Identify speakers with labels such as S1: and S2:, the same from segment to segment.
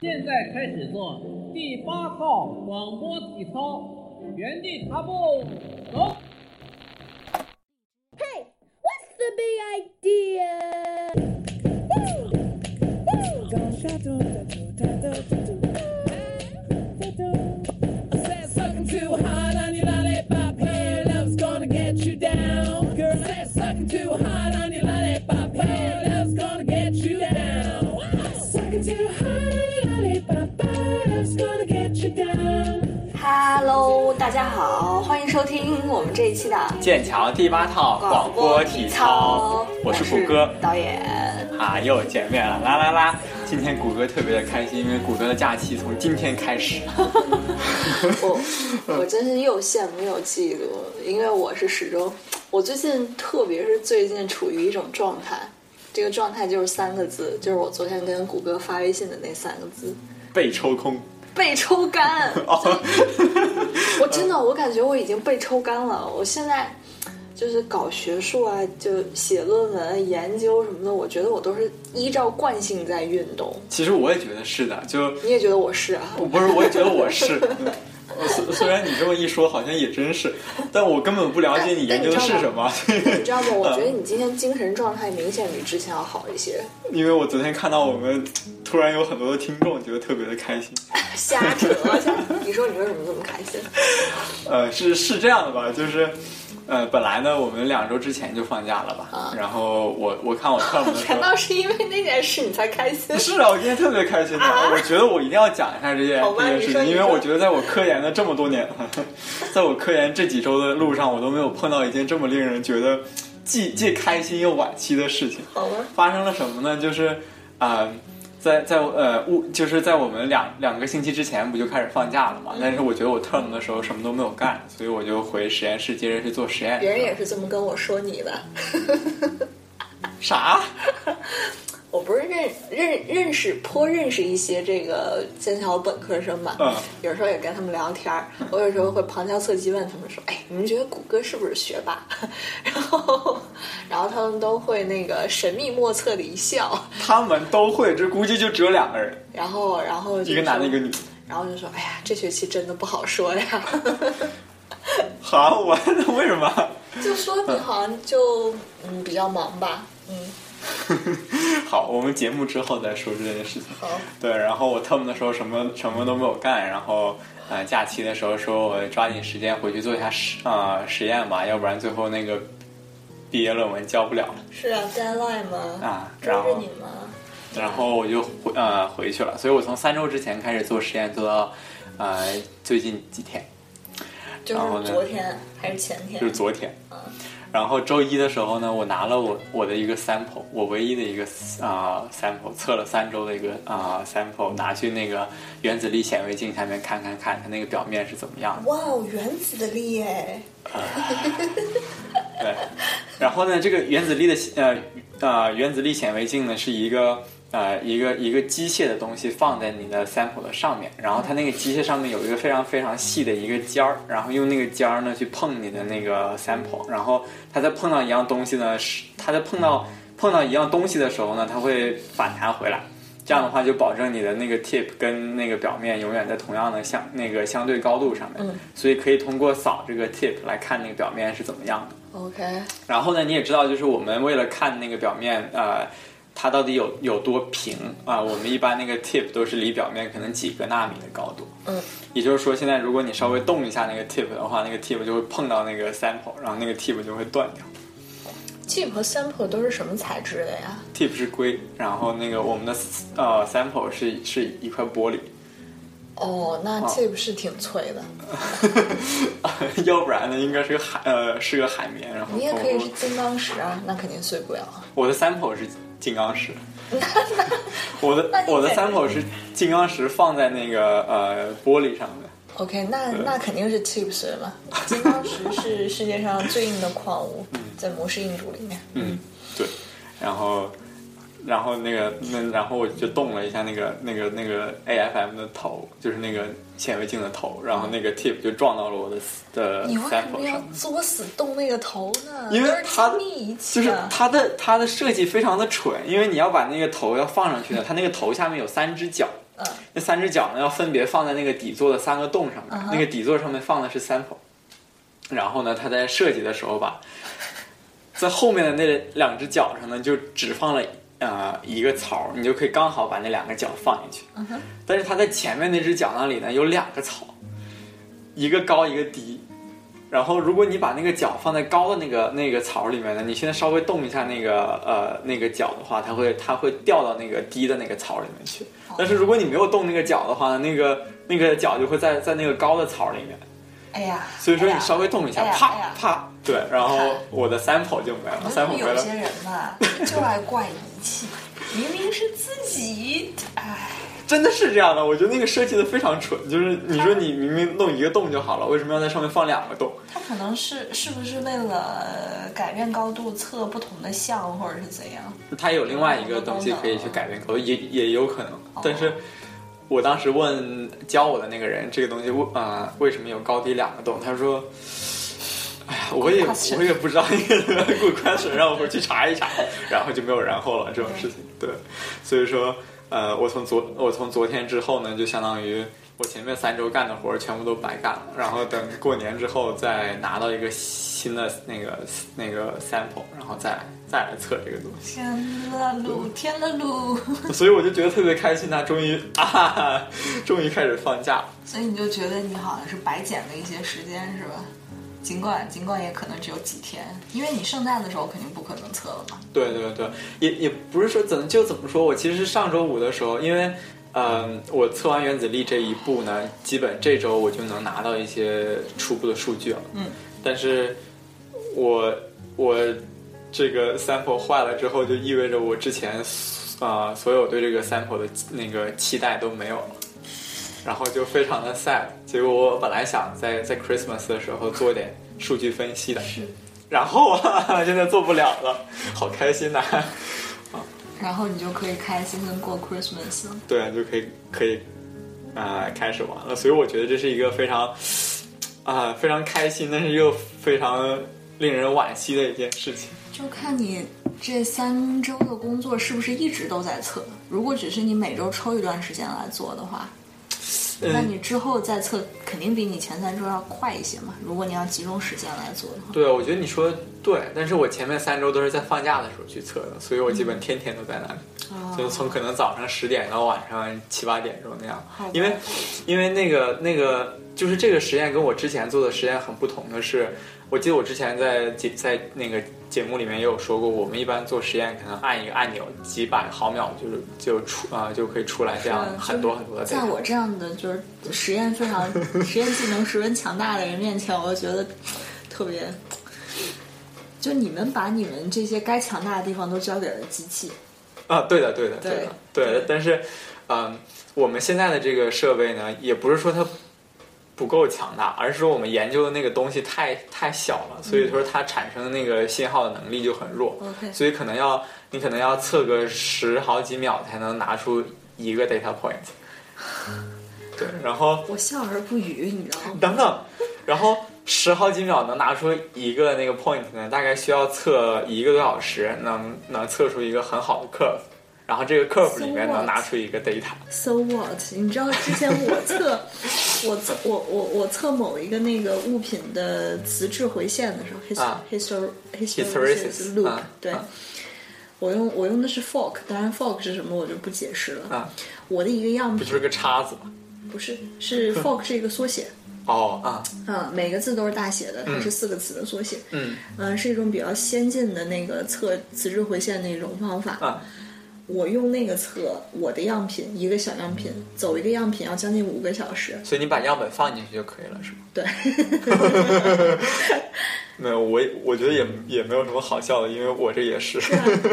S1: 现在开始做第八套广播体操，原地踏步，走。
S2: Hey, what's the big idea? Woo! Woo!
S3: Said sucking too hard on your lollipop, hey, love's gonna get you down. Girl, said sucking too hard on your lollipop, hey, love's gonna get you down. Sucking too hard on your lollipop, hey, love's gonna get you down.
S4: Hello，大家好，欢迎收听我们这一期的
S5: 剑桥第八套广播体操，我是谷歌
S4: 导演。
S5: 啊，又见面了，啦啦啦！今天谷歌特别的开心，因为谷歌的假期从今天开始。
S4: 我哦我真是又羡慕又嫉妒，因为我是始终，我最近特别是最近处于一种状态，这个状态就是三个字，就是我昨天跟谷歌发微信的那三个字：
S5: 被抽空
S4: 被抽干。
S5: 哦，
S4: 我真的，我感觉我已经被抽干了。我现在就是搞学术啊，就写论文、研究什么的，我觉得我都是依照惯性在运动。
S5: 其实我也觉得是的，就
S4: 你也觉得我是啊？
S5: 不是，我也觉得我是。 嗯虽虽然你这么一说，好像也真是，但我根本不了解你研究的是什么。
S4: 你知道吗？我觉得你今天精神状态明显比之前要好一些。
S5: 因为我昨天看到我们突然有很多的听众，觉得特别的开心。
S4: 瞎扯！ 你说你为什么这么开心？
S5: 呃，是是这样的吧，就是，呃，本来呢，我们两周之前就放假了吧，
S4: 啊
S5: 然后我我看我特 么
S4: 难道是因为那件事你才开心？
S5: 是啊，我今天特别开心的，我觉得我一定要讲一下这件
S4: 啊好吧
S5: 这件
S4: 你
S5: 事
S4: 说
S5: 情，
S4: 你
S5: 因为
S4: 说
S5: 我觉得在我科研的这么多年，在我科研这几周的路上，我都没有碰到一件这么令人觉得既既开心又惋惜的事情。
S4: 好吧，
S5: 发生了什么呢？就是啊、在在呃，物就是在我们两两个星期之前不就开始放假了嘛？但是我觉得我 term 的时候什么都没有干，所以我就回实验室接着去做实验。
S4: 别人也是这么跟我说你的。
S5: 啥？
S4: 我不是认认认识颇认识一些这个剑桥本科生嘛，
S5: 嗯
S4: 有时候也跟他们聊天儿，我有时候会旁敲侧击问他们说：“哎，你们觉得谷歌是不是学霸？” 然后，然后他们都会那个神秘莫测的一笑，
S5: 他们都会，这估计就只有两个人，
S4: 然后，然后就
S5: 一个男的，
S4: 说
S5: 一个女的。
S4: 然后就说：“哎呀，这学期真的不好说呀。
S5: 好，我 为什么？”
S4: 就说你好像就嗯比较忙吧，嗯，
S5: 好，我们节目之后再说这件事情。
S4: 好，
S5: 对，然后我 term 的时候什么什么都没有干，然后呃假期的时候说我抓紧时间回去做一下实呃实验吧，要不然最后那个毕业论文交不了了。
S4: 是啊，deadline 嘛，
S5: 啊
S4: 追着
S5: 然后
S4: 你嘛，
S5: 然后我就回呃回去了，所以我从三周之前开始做实验，做到呃最近几天，
S4: 就
S5: 然后呢
S4: 是昨天还是前天
S5: 就是昨天。然后周一的时候呢，我拿了我我的一个 sample，我唯一的一个啊、呃 sample，测了三周的一个啊、呃 sample，拿去那个原子力显微镜下面看看看它那个表面是怎么样的。
S4: 哇哦，原子的力哎，
S5: 对，然后呢，这个原子力的呃呃原子力显微镜呢是一个呃一个一个机械的东西放在你的 sample 的上面，然后它那个机械上面有一个非常非常细的一个尖儿，然后用那个尖儿呢去碰你的那个 sample，然后它在碰到一样东西呢，是它在碰到碰到一样东西的时候呢，它会反弹回来。这样的话，就保证你的那个 tip 跟那个表面永远在同样的相那个相对高度上面，所以可以通过扫这个 tip 来看那个表面是怎么样的。
S4: OK，
S5: 然后呢，你也知道，就是我们为了看那个表面，呃，它到底有有多平啊、我们一般那个 tip 都是离表面可能几个纳米的高度。
S4: 嗯，
S5: 也就是说，现在如果你稍微动一下那个 tip 的话，那个 tip 就会碰到那个 sample，然后那个 tip 就会断掉。
S4: tip 和 sample 都是什么材质的呀？
S5: tip 是硅，然后那个我们的呃 sample 是是一块玻璃，
S4: 哦，那 tip 是挺脆的，
S5: 要不然呢应该是个海呃是个海绵，然后
S4: 你也可以是金刚石
S5: 哦
S4: 啊，那肯定碎不了。
S5: 我的 sample 是金 刚石，我的
S4: 那你
S5: 我的
S4: 得
S5: sample 是金刚石放在那个呃玻璃上的。
S4: OK，那那肯定是 tip 石 了，金刚石是世界上最硬的矿物，在模式硬主里面。
S5: 嗯，对，然后然后那个那然后我就动了一下那个那个那个 AFM 的头，就是那个显微镜的头，然后那个 tip 就撞到了我的的
S4: 你为什么
S5: sample
S4: 要
S5: 上。
S4: 作死动那个头呢？
S5: 因为
S4: 都是
S5: 它
S4: 亲密仪器
S5: 就是
S4: 啊
S5: 它的它的设计非常的蠢，因为你要把那个头要放上去呢，它那个头下面有三只脚，
S4: 嗯
S5: 那三只脚呢要分别放在那个底座的三个洞上面，
S4: 嗯哼
S5: 那个底座上面放的是 sample，然后呢，他在设计的时候吧，在后面的那两只脚上呢就只放了呃一个槽，你就可以刚好把那两个脚放进去。
S4: 嗯哼，
S5: 但是它在前面那只脚那里呢有两个槽，一个高一个低。然后如果你把那个脚放在高的那个那个槽里面呢，你现在稍微动一下那个呃那个脚的话，它会它会掉到那个低的那个槽里面去。
S4: 哦
S5: 但是如果你没有动那个脚的话呢，那个那个脚就会在在那个高的槽里面。
S4: 哎呀，
S5: 所以说
S4: 哎
S5: 你
S4: 呀
S5: 稍微动一下，
S4: 哎呀
S5: 啪
S4: 哎呀
S5: 啪，对，然后我的 sample 就没了
S4: 我觉得
S5: ，sample 没
S4: 有
S5: 了
S4: 些。人吧，就爱怪仪器，明明是自己，哎，
S5: 真的是这样的，我觉得那个设计的非常蠢，就是你说你明明弄一个洞就好了，为什么要在上面放两个洞？
S4: 他可能是是不是为了改变高度测不同的项，或者是怎样？
S5: 它有另外一个东西可以去改
S4: 哦
S5: 变口味，也也有可能。但是我当时问教我的那个人，这个东西为啊、为什么有高低两个洞？他说。哎呀，我也
S4: Good question
S5: 我也不知道那个 good question，让我回去查一查，然后就没有然后了这种事情。对，所以说，呃，我从昨我从昨天之后呢，就相当于我前面三周干的活儿全部都白干了，然后等过年之后再拿到一个新的那个那个 sample，然后再再来测这个东西。
S4: 天了噜，天了噜，
S5: 所以我就觉得特别开心呐、终于啊哈哈，终于开始放假了。
S4: 所以你就觉得你好像是白捡了一些时间，是吧？尽管尽管也可能只有几天，因为你圣诞的时候肯定不可能测了嘛。
S5: 对对对，也也不是说怎么就怎么说，我其实是上周五的时候，因为嗯，我测完原子力这一步呢，基本这周我就能拿到一些初步的数据了。
S4: 嗯，
S5: 但是我我这个 sample 坏了之后，就意味着我之前啊、呃所有对这个 sample 的那个期待都没有了。然后就非常的 sad。结果我本来想在在 Christmas 的时候做点数据分析的，然后啊， 现在做不了了，好开心呐、
S4: 然后你就可以开心的过 Christmas 了。
S5: 对，就可以可以啊、呃开始玩了。所以我觉得这是一个非常啊、非常开心，但是又非常令人惋惜的一件事情。
S4: 就看你这三周的工作是不是一直都在测。如果只是你每周抽一段时间来做的话，那
S5: 嗯，
S4: 你之后再测肯定比你前三周要快一些嘛。如果你要集中时间来做的话，
S5: 对，啊我觉得你说得对，但是我前面三周都是在放假的时候去测的，所以我基
S4: 嗯
S5: 本天天都在那里。
S4: 哦
S5: 就是从可能早上十点到晚上七八点钟那样
S4: 好吧，
S5: 因为因为那个那个就是这个实验跟我之前做的实验很不同的是，我记得我之前在节在那个节目里面也有说过，我们一般做实验可能按一个按钮几百毫秒就是就出啊、就可以出来这样
S4: 是
S5: 很多很多的
S4: 在
S5: data
S4: 我这样的就是实验非常实验技能十分强大的人面前，我就觉得特别。就你们把你们这些该强大的地方都交给了机器，
S5: 啊，对的，对的，
S4: 对
S5: 的，对的。但是，嗯，我们现在的这个设备呢，也不是说它不够强大，而是说我们研究的那个东西太太小了，所以说它产生的那个信号的能力就很弱。
S4: OK
S5: 所以可能要你可能要测个十好几秒才能拿出一个 data point。对，然后
S4: 我笑而不语，你知道吗？
S5: 等等，然后十好几秒能拿出一个那个 point 呢，大概需要测一个多小时，能能测出一个很好的 curve，然后这个 curve 里面
S4: So
S5: 能
S4: what？
S5: 拿出一个 data。
S4: So what？你知道之前我测，我测我我我测某一个那个物品的磁质回线的时候，his、
S5: 啊
S4: histor
S5: Hysteresis，
S4: hysteresis loop，、
S5: 啊
S4: 对、
S5: 啊
S4: 我用我用的是 fork，当然 fork 是什么我就不解释了。
S5: 啊，
S4: 我的一个样
S5: 不
S4: 品
S5: 就是个叉子吗？
S4: 不是 是 fork 是一个缩写，
S5: 哦啊，
S4: 嗯，每个字都是大写的，它是四个词的缩写。
S5: 嗯
S4: 嗯，是一种比较先进的那个测磁质回线那种方法。
S5: 啊，
S4: 我用那个测我的样品，一个小样品，走一个样品要将近五个小时。
S5: 所以你把样本放进去就可以了，是吗？
S4: 对，
S5: 没有，我也我觉得也也没有什么好笑的，因为我这也是，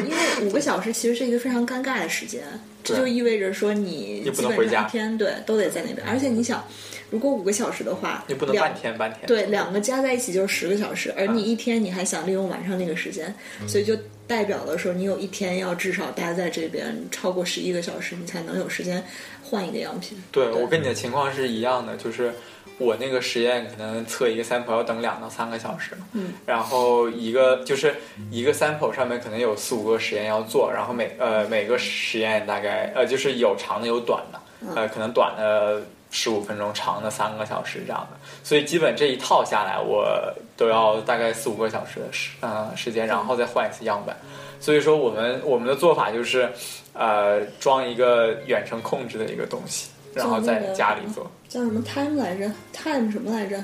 S4: 因为五个小时其实是一个非常尴尬的时间，这
S5: 对
S4: 就意味着说你
S5: 你不
S4: 基
S5: 能
S4: 本
S5: 回
S4: 上
S5: 家
S4: 一天对都得在那边，而且你想，如果五个小时的话，
S5: 你不能
S4: 两
S5: 半天半天。
S4: 对，两个啊加在一起就是十个小时，而你
S5: 嗯
S4: 一天你还想利用晚上那个时间，所以就代表了说你有一天要至少待在这边超过十一个小时，你才能有时间换一个样品。
S5: 对我跟你的情况是一样的，就是我那个实验可能测一个 sample 要等两到三个小时，
S4: 嗯，
S5: 然后一个就是一个 sample 上面可能有四五个实验要做，然后每呃每个实验大概呃就是有长的有短的，呃，可能短的十五分钟，长的三个小时这样的。所以基本这一套下来，我都要大概四五个小时的时呃时间，然后再换一次样本。所以说，我们我们的做法就是，呃，装一个远程控制的一个东西，然后在家里做。
S4: 叫什么 Time 来着？Time 什么来着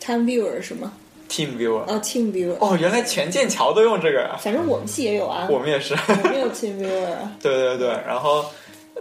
S4: ？Time Viewer 是吗？
S5: Team Viewer。
S4: 啊，Team Viewer。
S5: 哦，原来全剑桥都用这个 呀！
S4: 反正我们系也有啊，
S5: 我们也是。
S4: 我们有 Team Viewer 啊。
S5: 对对对，然后，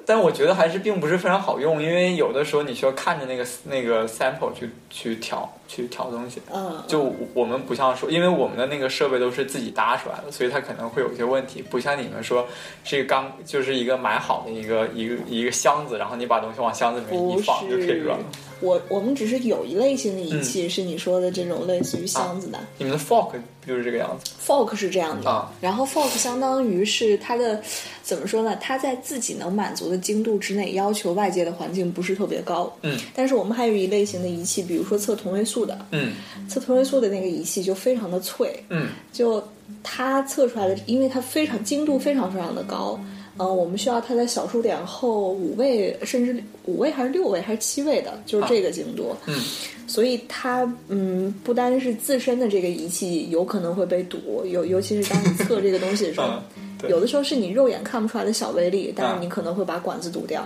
S5: 但我觉得还是并不是非常好用，因为有的时候你需要看着那个那个 sample 去去调去调东西。
S4: 嗯
S5: 就我们不像说，因为我们的那个设备都是自己搭出来的，所以它可能会有一些问题，不像你们说是刚就是一个买好的一个一个一个箱子，然后你把东西往箱子里面一
S4: 不
S5: 放就可以
S4: 是
S5: 软。，
S4: 我我们只是有一类型的仪器是你说的这种类似于箱子的、
S5: 你们的 fork 就是这个样子。
S4: f o r k 是这样的，
S5: 啊
S4: 然后 fork 相当于是它的怎么说呢？它在自己能满足的精度之内，要求外界的环境不是特别高。
S5: 嗯
S4: 但是我们还有一类型的仪器，比如说测同位素的，
S5: 嗯
S4: 测同位素的那个仪器就非常的脆，
S5: 嗯
S4: 就它测出来的，因为它非常精度非常非常的高，嗯、我们需要它在小数点后五位，甚至五位还是六位还是七位的，就是这个精度。
S5: 嗯
S4: 所以它嗯，不单是自身的这个仪器有可能会被堵，尤尤其是当你测这个东西的时 候
S5: 嗯，对
S4: 有的时候是你肉眼看不出来的小微粒，但是你可能会把管子堵掉。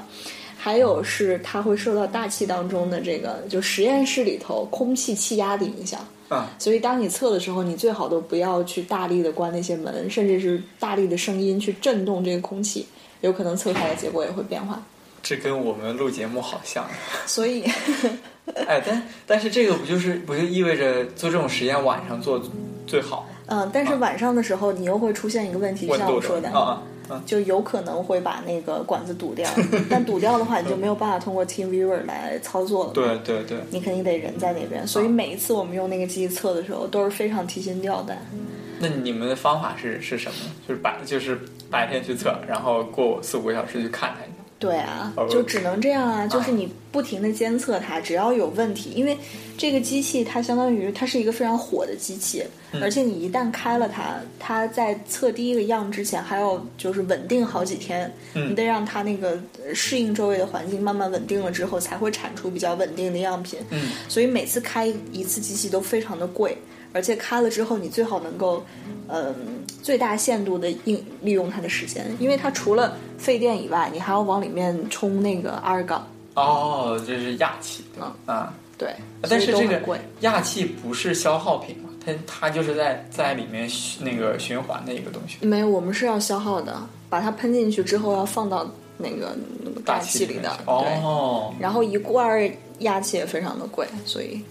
S4: 还有是它会受到大气当中的这个，就实验室里头空气气压的影响。
S5: 嗯
S4: 所以当你测的时候，你最好都不要去大力的关那些门，甚至是大力的声音去震动这个空气，有可能测出来的结果也会变化。
S5: 这跟我们录节目好像。
S4: 所 以，
S5: 哎，但但是这个不就是不就意味着做这种实验晚上做最好？
S4: 嗯，但是晚上的时候，你又会出现一个问题，就
S5: 温
S4: 像
S5: 度
S4: 我
S5: 是
S4: 说
S5: 吧
S4: 的，
S5: 啊啊啊！
S4: 就有可能会把那个管子 堵掉。但堵掉的话，你就没有办法通过 TeamViewer 来操作了。，
S5: 对对对，
S4: 你肯定得人在那边。所以每一次我们用那个机器测的时候，都是非常提心吊胆。
S5: 那你们的方法是是什么呢？就是白就是白天去测，然后过四五个小时去看它。
S4: 对啊
S5: 好，吧
S4: 就只能这样啊，就是你不停的监测它，只要有问题，因为这个机器它相当于它是一个非常火的机器，
S5: 嗯
S4: 而且你一旦开了它，它在测第一个样之前还要就是稳定好几天，
S5: 嗯
S4: 你得让它那个呃适应周围的环境慢慢稳定了之后，才会产出比较稳定的样品。
S5: 嗯，
S4: 所以每次开一次机器都非常的贵，而且开了之后你最好能够，嗯，最大限度的应利用它的时间，因为它除了费电以外，你还要往里面充那个阿尔冈，
S5: 哦，这是氩气对吧？啊，
S4: 对，
S5: 但是
S4: 所以
S5: 这
S4: 都
S5: 个
S4: 很贵。
S5: 氩气不是消耗品嘛？它它就是在在里面循那个循环的一个东西。
S4: 没有，我们是要消耗的，把它喷进去之后要放到那个那个大气里
S5: 面
S4: 的，
S5: 去
S4: 对。
S5: 哦
S4: 然后一罐儿氩气也非常的贵，所以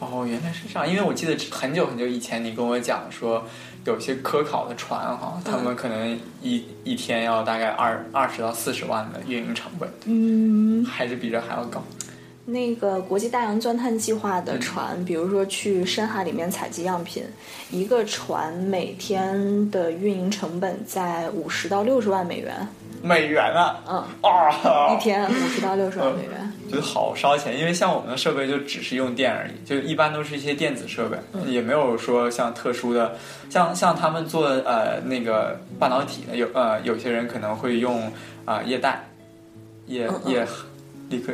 S5: 哦，原来是这样。因为我记得很久很久以前你跟我讲说，有些科考的船哈，
S4: 嗯
S5: 他们可能一、一天要大概二二十到四十万的运营成本，嗯，还是比这还要高。
S4: 那个国际大洋钻探计划的
S5: 嗯
S4: 船，比如说去深海里面采集样品，一个船每天的运营成本在五十到六十万美元，
S5: 美元啊，
S4: 嗯，
S5: 啊，
S4: 一天五十到六十万美元。
S5: 觉得好烧钱，因为像我们的设备就只是用电而已，就一般都是一些电子设备，
S4: 嗯
S5: 也没有说像特殊的，像像他们做呃那个半导体的，有呃有些人可能会用啊、液氮，液
S4: 嗯嗯
S5: 液立刻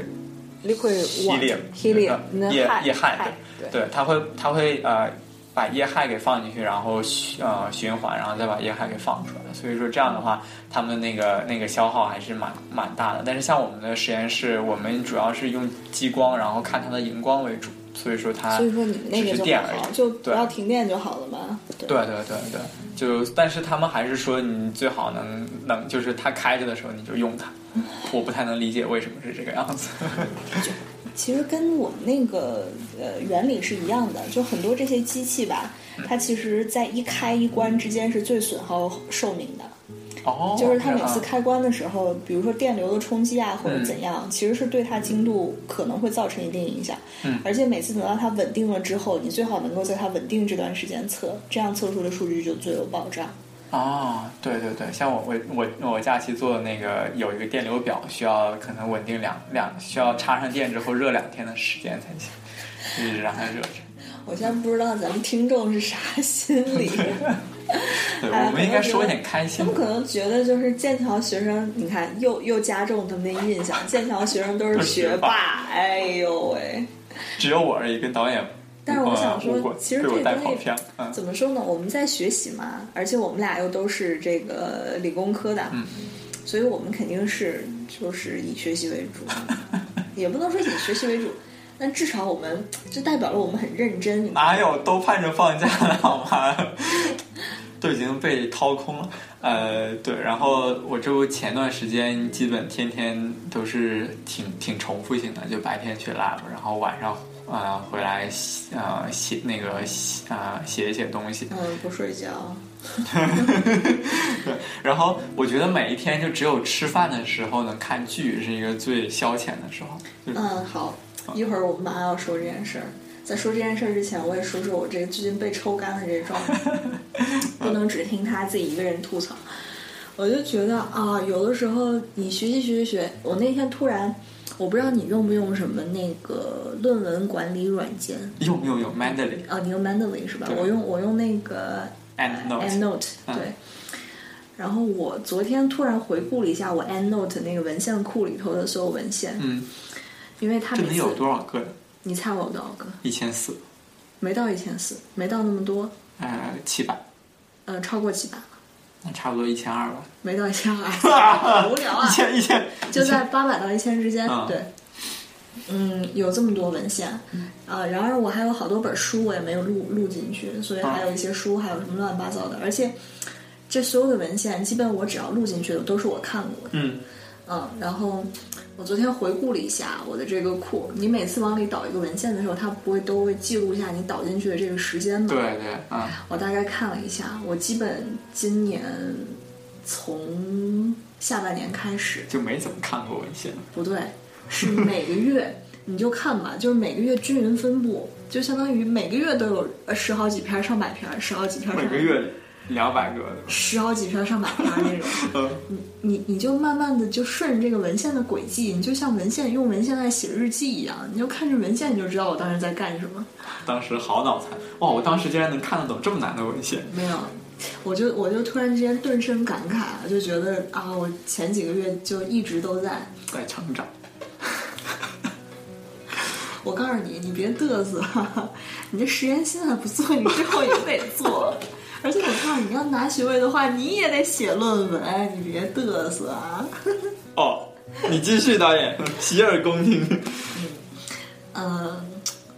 S4: Liquid
S5: helium
S4: helium
S5: 呃
S4: 那
S5: 液
S4: 氦
S5: 液氦
S4: 氦
S5: 对
S4: 对
S5: 对，它会它会呃把液氦给放进去，然后循呃循环，然后再把液氦给放出来。所以说这样的话，他们那个那个消耗还是蛮蛮大的。但是像我们的实验室，我们主要是用激光，然后看它的荧光为主，所以说它
S4: 所以说你们那
S5: 只
S4: 个
S5: 是
S4: 就
S5: 电
S4: 很
S5: 而
S4: 好，
S5: 已
S4: 就不
S5: 对
S4: 要停电就好了嘛。对
S5: 对对对对，就但是他们还是说你最好能能就是它开着的时候你就用它。我不太能理解为什么是这个样子。
S4: 其实跟我们那个呃原理是一样的，就很多这些机器吧，它其实在一开一关之间是最损耗寿命的。
S5: 哦，嗯
S4: 就是它每
S5: 这样
S4: 次开关的时候，比如说电流的冲击啊，或者怎样，其实是对它精度可能会造成一定影响。
S5: 嗯
S4: 而且每次等到它稳定了之后，你最好能够在它稳定这段时间测，这样测出的数据就最有保障。
S5: 哦，对对对，像我我我我假期做的那个有一个电流表，需要可能稳定两两，需要插上电之后热两天的时间才行，一直让它热着。
S4: 我现在不知道咱们听众是啥心理，
S5: 对，
S4: 哎
S5: 我们应该说一点开心
S4: 他们可
S5: 的。
S4: 能哎觉得就是剑桥学生，你看又又加重他们的印象，剑桥学生都是学霸。哎呦喂！
S5: 只有我而已，跟导演。
S4: 但是我想说
S5: 呃无关
S4: 其实
S5: 对
S4: 这
S5: 我
S4: 个
S5: 带
S4: 东
S5: 跑
S4: 西
S5: 偏，嗯，
S4: 怎么说呢？我们在学习嘛，而且我们俩又都是这个理工科的，
S5: 嗯
S4: 所以我们肯定是就是以学习为主，也不能说以学习为主，但至少我们就代表了我们很认真。你知道吗
S5: 哪有都盼着放假了好吗？ 都已经被掏空了。呃，对，然后我这不前段时间基本天天都是挺挺重复性的，就白天去 lab，然后晚上呃回来呃写那个呃写一写东西，
S4: 嗯，不睡觉，
S5: 对，然后我觉得每一天就只有吃饭的时候能看剧是一个最消遣的时候。就是
S4: 嗯，好，一会儿我们马上要说这件事儿。在说这件事儿之前，我也说说我这个最近被抽干的这个状 态，不能只听他自己一个人吐槽。我就觉得啊，有的时候你学习学习学，我那天突然，我不知道你用不用什么那个论文管理软件
S5: 有没有有 Mandarin
S4: 啊？你用 Mendeley 是吧？
S5: 对
S4: 我用我用那个
S5: and note？
S4: EndNote，
S5: 嗯
S4: 对。然后我昨天突然回顾了一下我 EndNote 那个文献库里头的所有文献，
S5: 嗯，
S4: 因为它
S5: 这
S4: 每
S5: 能
S4: 次
S5: 有多少个？
S4: 你猜我有多少个？
S5: 一千四，
S4: 没到一千四，没到那么多，
S5: 呃，七百，
S4: 呃，超过几百了，
S5: 那差不多一千二吧。
S4: 没到一千 二，好无聊啊
S5: 一，千一千，
S4: 就在八百到一千之间
S5: 啊，
S4: 对。嗯，有这么多文献，
S5: 嗯
S4: 啊，然而我还有好多本书我也没有录录进去，所以
S5: 啊
S4: 还有一些书，还有什么乱七八糟的，而且这所有的文献，基本我只要录进去的都是我看过的，
S5: 嗯，
S4: 嗯，然后我昨天回顾了一下我的这个库，你每次往里导一个文献的时候，它不会都会记录一下你导进去的这个时间吗？
S5: 对对，啊、
S4: 我大概看了一下，我基本今年从下半年开始，
S5: 就没怎么看过文献。
S4: 不对，是每个 月你就看吧，就是每个月均匀分布，就相当于每个月都有呃十好几篇、上百篇、十好几篇、上
S5: 每
S4: 百
S5: 个月两百个，对吧
S4: 十好几篇、上百篇那 种。
S5: 嗯，
S4: 你你你就慢慢的就顺着这个文献的轨迹，你就像文献用文献来写日记一样，你就看着文献你就知道我当时在干什么。
S5: 当时好脑残哇！我当时竟然能看得懂这么难的文献，
S4: 没有，我就我就突然之间顿生感慨，就觉得啊，我前几个月就一直都在。
S5: 在成长。
S4: 我告诉你，你别嘚瑟， 你这实验现在不做，你之后也得做。 而且我告诉你，你要拿学位的话，你也得写论文，哎你别嘚瑟啊。
S5: 哦，你继续，导演，洗耳恭听。
S4: 嗯，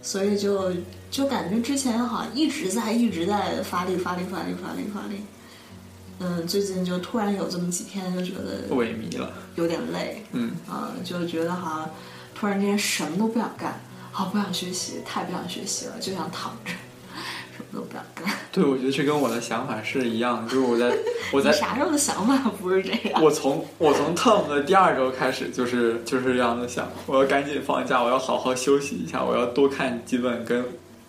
S4: 所以就就感觉之前好像一直在一直在发力发力发力发力发力。嗯，最近就突然有这么几天，就觉得
S5: 萎靡了，
S4: 有点累。
S5: 嗯，
S4: 啊，就觉得好像突然之间什么都不想干，好不想学习，太不想学习了，就想躺着， 什么都不想干。
S5: 对，我觉得这跟我的想法是一样的，就是我在我
S4: 你
S5: 在
S4: 啥时候的想法不是这样？
S5: 我从我从 term 的第二周开始，就是就是这样子想，我要赶紧放假，我要好好休息一下，我要多看几本跟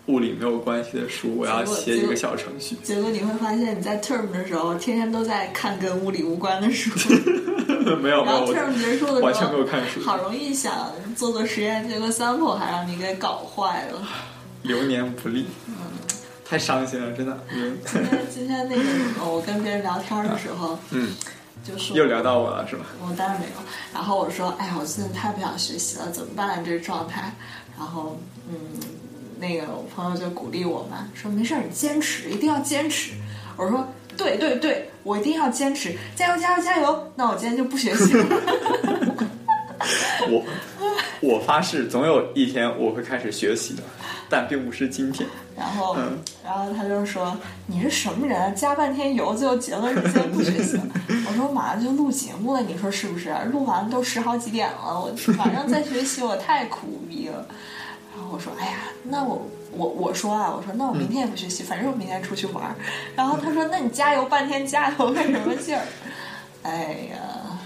S5: 物理没有关系的书，我要写几个小程序。
S4: 结果你会发现，你在 term 的时候，天天都在看跟物理无关的书，
S5: 没 有没
S4: 然
S5: 有，
S4: 后 term 结束的时候，
S5: 我完全没有看书，
S4: 好容易想做做实验，结果 sample 还让你给搞坏 了。
S5: 流年不利，
S4: 嗯
S5: 太伤心了，真的。嗯
S4: 今天今天那个什么，我跟别人聊天的时候，
S5: 嗯，
S4: 就说
S5: 又聊到我了是吧？
S4: 我当然没有。然后我说，哎呀，我最近太不想学习了，怎么办、这个状态。然后，嗯，那个我朋友就鼓励我嘛，说没事儿，你坚持，一定要坚持。我说，对对对，我一定要坚持，加油加油加油！那我今天就不学习了。
S5: 我我发誓，总有一天我会开始学习的，但并不是今天。
S4: 然后
S5: 嗯，
S4: 然后他就说：“你是什么人啊？加半天油，最后结论是今天不学 习了。”我说：“马上就录节目了，你说是不是？录完都十好几点了，我 晚上再学习，我太苦逼了。”然后我说：“哎呀，那我我我说啊，我说那我明天也不学习，反正我明天出去玩儿。”
S5: 嗯
S4: 然后他说：“那你加油半天，加油干什么 劲儿？”哎呀，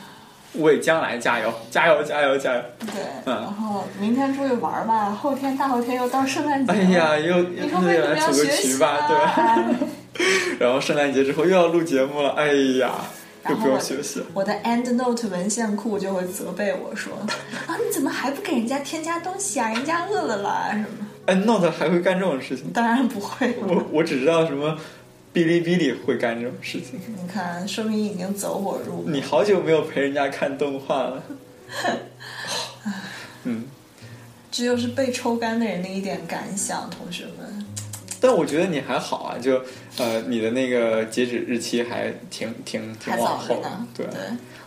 S5: 为将来加油，加油，加油，加油！
S4: 对，
S5: 嗯
S4: 然后明天出去玩儿吧，后天大后天又到圣诞节
S5: 哎
S4: 了。
S5: 呀，又
S4: 你
S5: 又
S4: 说为什
S5: 来
S4: 么要
S5: 组个
S4: 学
S5: 局
S4: 习
S5: 吧，
S4: 呢
S5: 对吧？
S4: 哎
S5: 然后圣诞节之后又要录节目了，哎呀，又
S4: 然后
S5: 不用休息了。
S4: 我的 EndNote 文献库就会责备我说：“ 啊，你怎么还不给人家添加东西啊？人家饿了啦什么
S5: 哎，Note 还会干这种事情？”？
S4: 当然不会
S5: 我
S4: 了，
S5: 我只知道什么 Bing 哔哩哔哩会干这种事情。
S4: 你看，说明已经走火入魔。
S5: 你好久没有陪人家看动画了，嗯，
S4: 这就是被抽干的人的一点感想，同学们。
S5: 但我觉得你还好啊，就呃，你的那个截止日期还挺挺挺
S4: 还
S5: 往
S4: 早着
S5: 后
S4: 呢。，
S5: 对，啊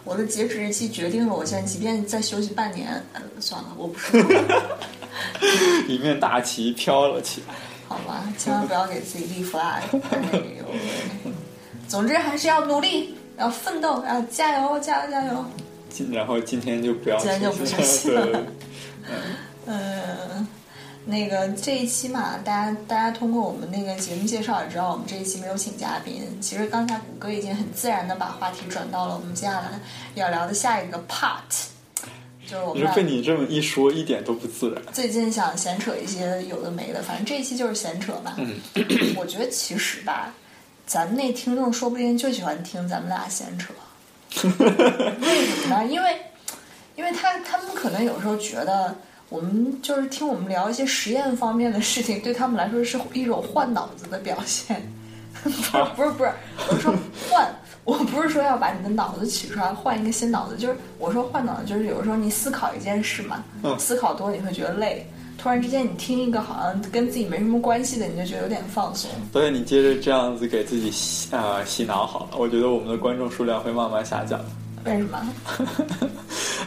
S4: 我的截止日期决定了我现在，即便再休息半年，呃，算了，我不说了，
S5: 一面大旗飘了起来。
S4: 好吧，千万不要给自己立 flag。哎呦喂总之还是要努力，要奋斗，要加油，加油，加油。
S5: 今然后今天就不要休
S4: 今
S5: 息
S4: 天就
S5: 了，
S4: 不休息了
S5: 对对对
S4: 嗯，那个这一期嘛，大家大家通过我们那个节目介绍也知道，我们这一期没有请嘉宾。其实刚才谷歌已经很自然的把话题转到了我们接下来要聊的下一个 part，就是我
S5: 你
S4: 们俩
S5: 说被你这么一说，一点都不自然。
S4: 最近想闲扯一些有的没的，反正这一期就是闲扯吧。我觉得其实吧，咱们那听众说不定就喜欢听咱们俩闲扯。为什么呢？因为，因为他他们可能有时候觉得我们就是听我们聊一些实验方面的事情，对他们来说是一种换脑子的表现。 不是不是不是，我说换，我不是说要把你的脑子取出来换一个新脑子，就是我说换脑子，就是有时候你思考一件事嘛，
S5: 嗯
S4: 思考多你会觉得累，突然之间你听一个好像跟自己没什么关系的，你就觉得有点放松。
S5: 所以你接着这样子给自己洗呃洗脑好了，我觉得我们的观众数量会慢慢下降。
S4: 为什么？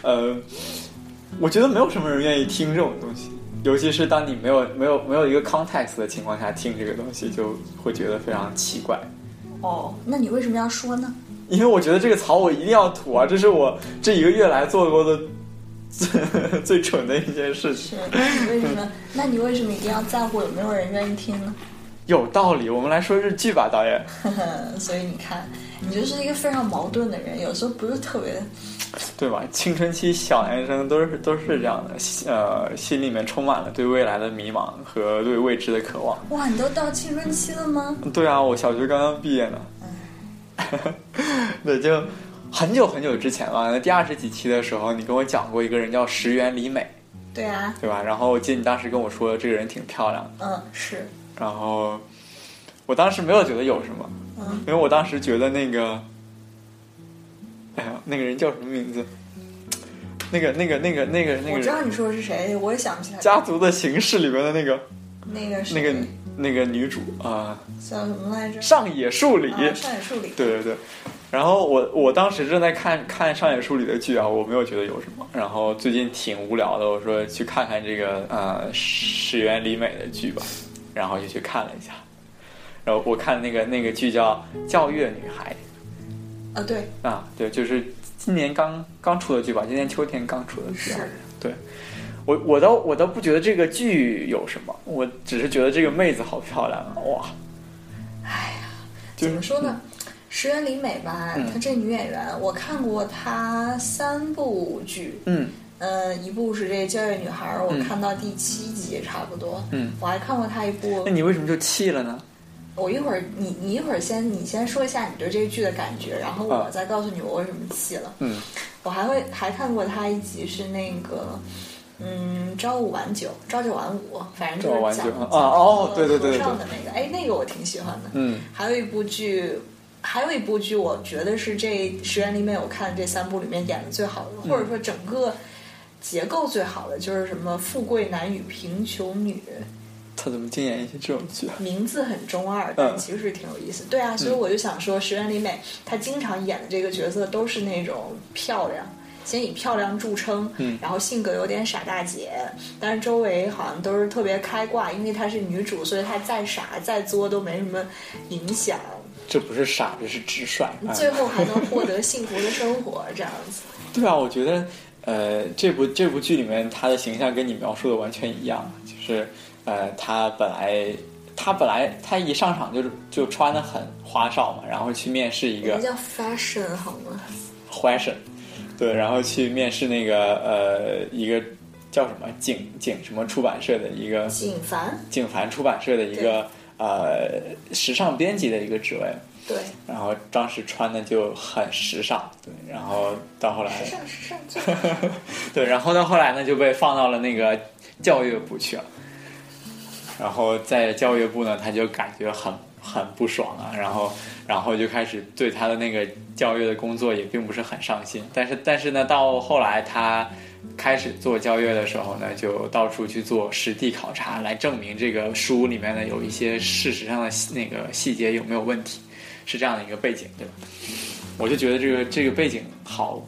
S5: 呃，我觉得没有什么人愿意听这种东西，尤其是当你没有没有没有一个 context 的情况下听这个东西，就会觉得非常奇怪。
S4: 哦，那你为什么要说呢？
S5: 因为我觉得这个槽我一定要吐啊，这是我这一个月来做过的最 蠢的一件事情。
S4: 是，那你为什么？那你为什么一定要在乎有没有人愿意听呢？
S5: 有道理，我们来说日剧吧，导演。
S4: 嗯所以你看，你就是一个非常矛盾的人，有时候不是特别
S5: 对吧？青春期小男生都是都是这样的，呃，心里面充满了对未来的迷茫和对未知的渴望。
S4: 哇。你都到青春期了吗？
S5: 对啊，我小学刚刚毕业呢。 对，就很久很久之前了。那第二十几期的时候，你跟我讲过一个人叫石原里美，
S4: 对啊，
S5: 对吧？然后我记得你当时跟我说这个人挺漂亮的，
S4: 嗯，是，
S5: 然后我当时没有觉得有什么，
S4: 嗯，
S5: 因为我当时觉得那个，哎呀，那个人叫什么名字？那个、那个、那个、那个、那个
S4: 我知道
S5: 人，
S4: 你说的是谁，我也想 不起来。
S5: 家族的形式里边的那个、
S4: 那个
S5: 那
S4: 谁
S5: 个、那个女主啊、
S4: 叫什么来着？
S5: 上野树里。
S4: 啊，上野树里。
S5: 对对对。然后我我当时正在看看上野树里的剧啊，我没有觉得有什么。然后最近挺无聊的，我说去看看这个呃石原里美的剧吧，然后就去看了一下。然后我看那个那个剧叫《教育女孩
S4: 啊，对，》
S5: 啊，对，就是今年刚刚出的剧吧，今年秋天刚出的剧、啊。
S4: 是
S5: 对，我我倒我倒不觉得这个剧有什么，我只是觉得这个妹子好漂亮啊，哇！
S4: 哎怎么说呢？石原里美吧，
S5: 嗯
S4: 她这女演员，我看过她三部剧，
S5: 嗯，
S4: 呃，一部是这个《教育女孩》，我看到第七集差不多，
S5: 嗯，
S4: 我还看过她一部
S5: 那，你为什么就弃了呢？
S4: 我一会儿你你一会儿先你先说一下你对这个剧的感觉，然后
S5: 啊
S4: 我再告诉你我为什么弃了。
S5: 嗯，
S4: 我还会还看过她一集是那个。嗯，朝五晚九，朝九晚五，反正就
S5: 朝五晚
S4: 是
S5: 九
S4: 讲
S5: 啊
S4: 讲那
S5: 哦
S4: 个
S5: 对对对对
S4: 和尚的那个，哎，那个我挺喜欢的。
S5: 嗯，
S4: 还有一部剧，还有一部剧，我觉得是这石原里美我看这三部里面演的最好的，或
S5: 嗯
S4: 者说整个结构最好的，就是什么“富贵男与贫穷女
S5: 他怎么竟演一些这种剧啊”，？
S4: 名字很中二，
S5: 嗯
S4: 但其实挺有意思。对啊，所以我就想说，石原里美她经常演的这个角色都是那种漂亮。先以漂亮著称，
S5: 嗯
S4: 然后性格有点傻大姐，但是周围好像都是特别开挂，因为她是女主，所以她再傻再作都没什么影响。
S5: 这不是傻，这是直率。哎
S4: 最后还能获得幸福的生活，这样子。
S5: 对啊，我觉得，呃，这部这部剧里面他的形象跟你描述的完全一样，就是，呃，他本来他本来他一上场就是就穿的很花哨嘛，然后去面试一个
S4: 人家叫 fashion 好吗？
S5: fashion，对，然后去面试那个呃一个叫什么景景什么出版社的一个
S4: 锦凡，
S5: 景凡出版社的一个呃时尚编辑的一个职位，
S4: 对，
S5: 然后当时穿的就很时尚，对，然后到后来，
S4: 时尚时尚最好。
S5: 对，然后到后来呢就被放到了那个教育部去了，然后在教育部呢，他就感觉很很不爽啊，然后然后就开始对他的那个教乐的工作也并不是很上心。但是但是呢，到后来他开始做教乐的时候呢，就到处去做实地考察，来证明这个书里面呢有一些事实上的细那个细节有没有问题，是这样的一个背景，对吧？我就觉得这个这个背景好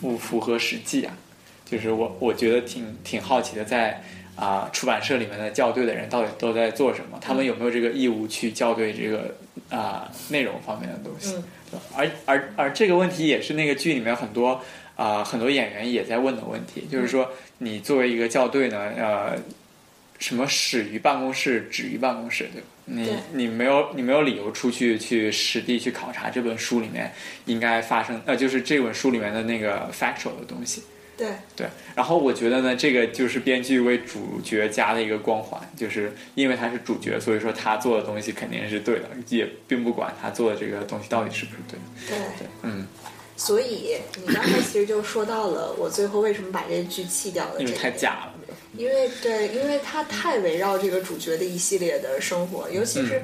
S5: 不符合实际啊，就是我我觉得挺挺好奇的在，啊、出版社里面的校对的人到底都在做什么，他们有没有这个义务去校对这个啊、内容方面的东西？对吧而而而这个问题也是那个剧里面很多啊、很多演员也在问的问题，就是说你作为一个校对呢，呃，什么始于办公室，止于办公室，对吧？你
S4: 对
S5: 你没有你没有理由出去去实地去考察这本书里面应该发生呃，就是这本书里面的那个 factual 的东西。
S4: 对，
S5: 对，然后我觉得呢，这个就是编剧为主角加的一个光环，就是因为他是主角，所以说他做的东西肯定是对的，也并不管他做的这个东西到底是不是对的。
S4: 对，
S5: 嗯，
S4: 所以你刚才其实就说到了我最后为什么把这剧弃掉的这
S5: 因
S4: 一
S5: 为
S4: 点，
S5: 太假了。
S4: 因为对，因为它太围绕这个主角的一系列的生活，尤其
S5: 嗯
S4: 是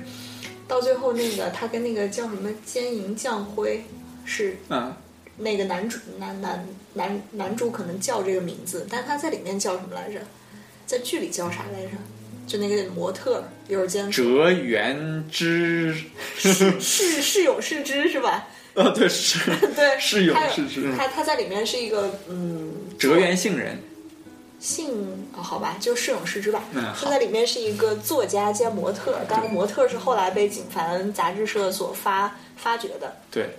S4: 到最后那个他跟那个叫什么奸淫将辉是
S5: 嗯，
S4: 那个男主男男男男主可能叫这个名字，但他在里面叫什么来着？在剧里叫啥来着？就那个模特儿有人间
S5: 折原 之，
S4: 是是有是之是吧？
S5: 呃，对，是
S4: 对，
S5: 是有
S4: 他
S5: 是之
S4: 他他在里面是一个嗯
S5: 折原杏仁。
S4: 性、哦好吧，就是有是之吧。
S5: 嗯
S4: 他
S5: 好
S4: 在里面是一个作家兼模特儿，当然模特儿是后来被锦凡杂志社所发发掘的。
S5: 对，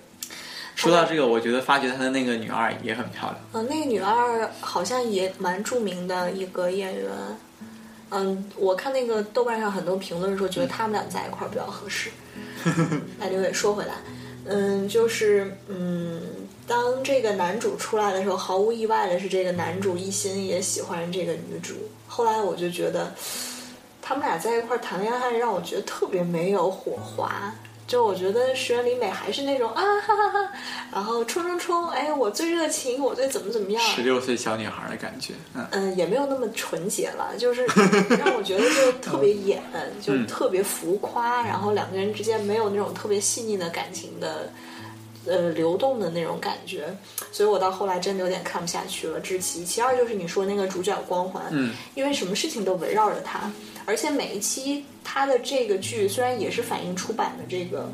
S5: 说到这个，我觉得发掘他的那个女二也很漂亮。
S4: 嗯，那个女二好像也蛮著名的一个演员。嗯，我看那个豆瓣上很多评论说，觉得他们俩在一块儿比较合适。那刘伟说回来，嗯，就是嗯，当这个男主出来的时候，毫无意外的是，这个男主一心也喜欢这个女主。后来我就觉得，他们俩在一块儿谈恋爱，让我觉得特别没有火花。就我觉得石原里美还是那种啊哈哈哈，然后冲冲冲，哎，我最热情，我最怎么怎么样，
S5: 十六岁小女孩的感觉，嗯，
S4: 嗯，也没有那么纯洁了，就是 让我觉得就特别演，就
S5: 嗯
S4: 特别浮夸，然后两个人之间没有那种特别细腻的感情的，呃，流动的那种感觉，所以我到后来真的有点看不下去了。之其其二就是你说那个主角光环，
S5: 嗯，
S4: 因为什么事情都围绕着他，而且每一期他的这个剧虽然也是反映出版的这个。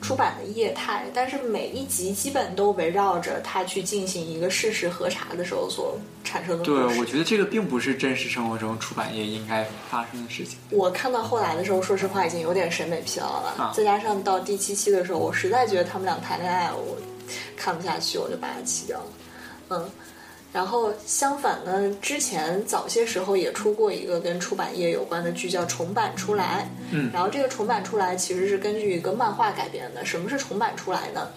S4: 出版的业态，但是每一集基本都围绕着他去进行一个事实核查的时候所产生的故
S5: 对，
S4: 事
S5: 我觉得这个并不是真实生活中出版业应该发生的事情。
S4: 我看到后来的时候，说实话已经有点审美疲劳了。
S5: 啊
S4: 再加上到第七期的时候，我实在觉得他们俩谈恋爱，我看不下去，我就把它弃掉了。嗯，然后相反呢，之前早些时候也出过一个跟出版业有关的剧，叫《重版出来》。
S5: 嗯
S4: 然后这个重版出来其实是根据一个漫画改编的。什么是重版出来呢？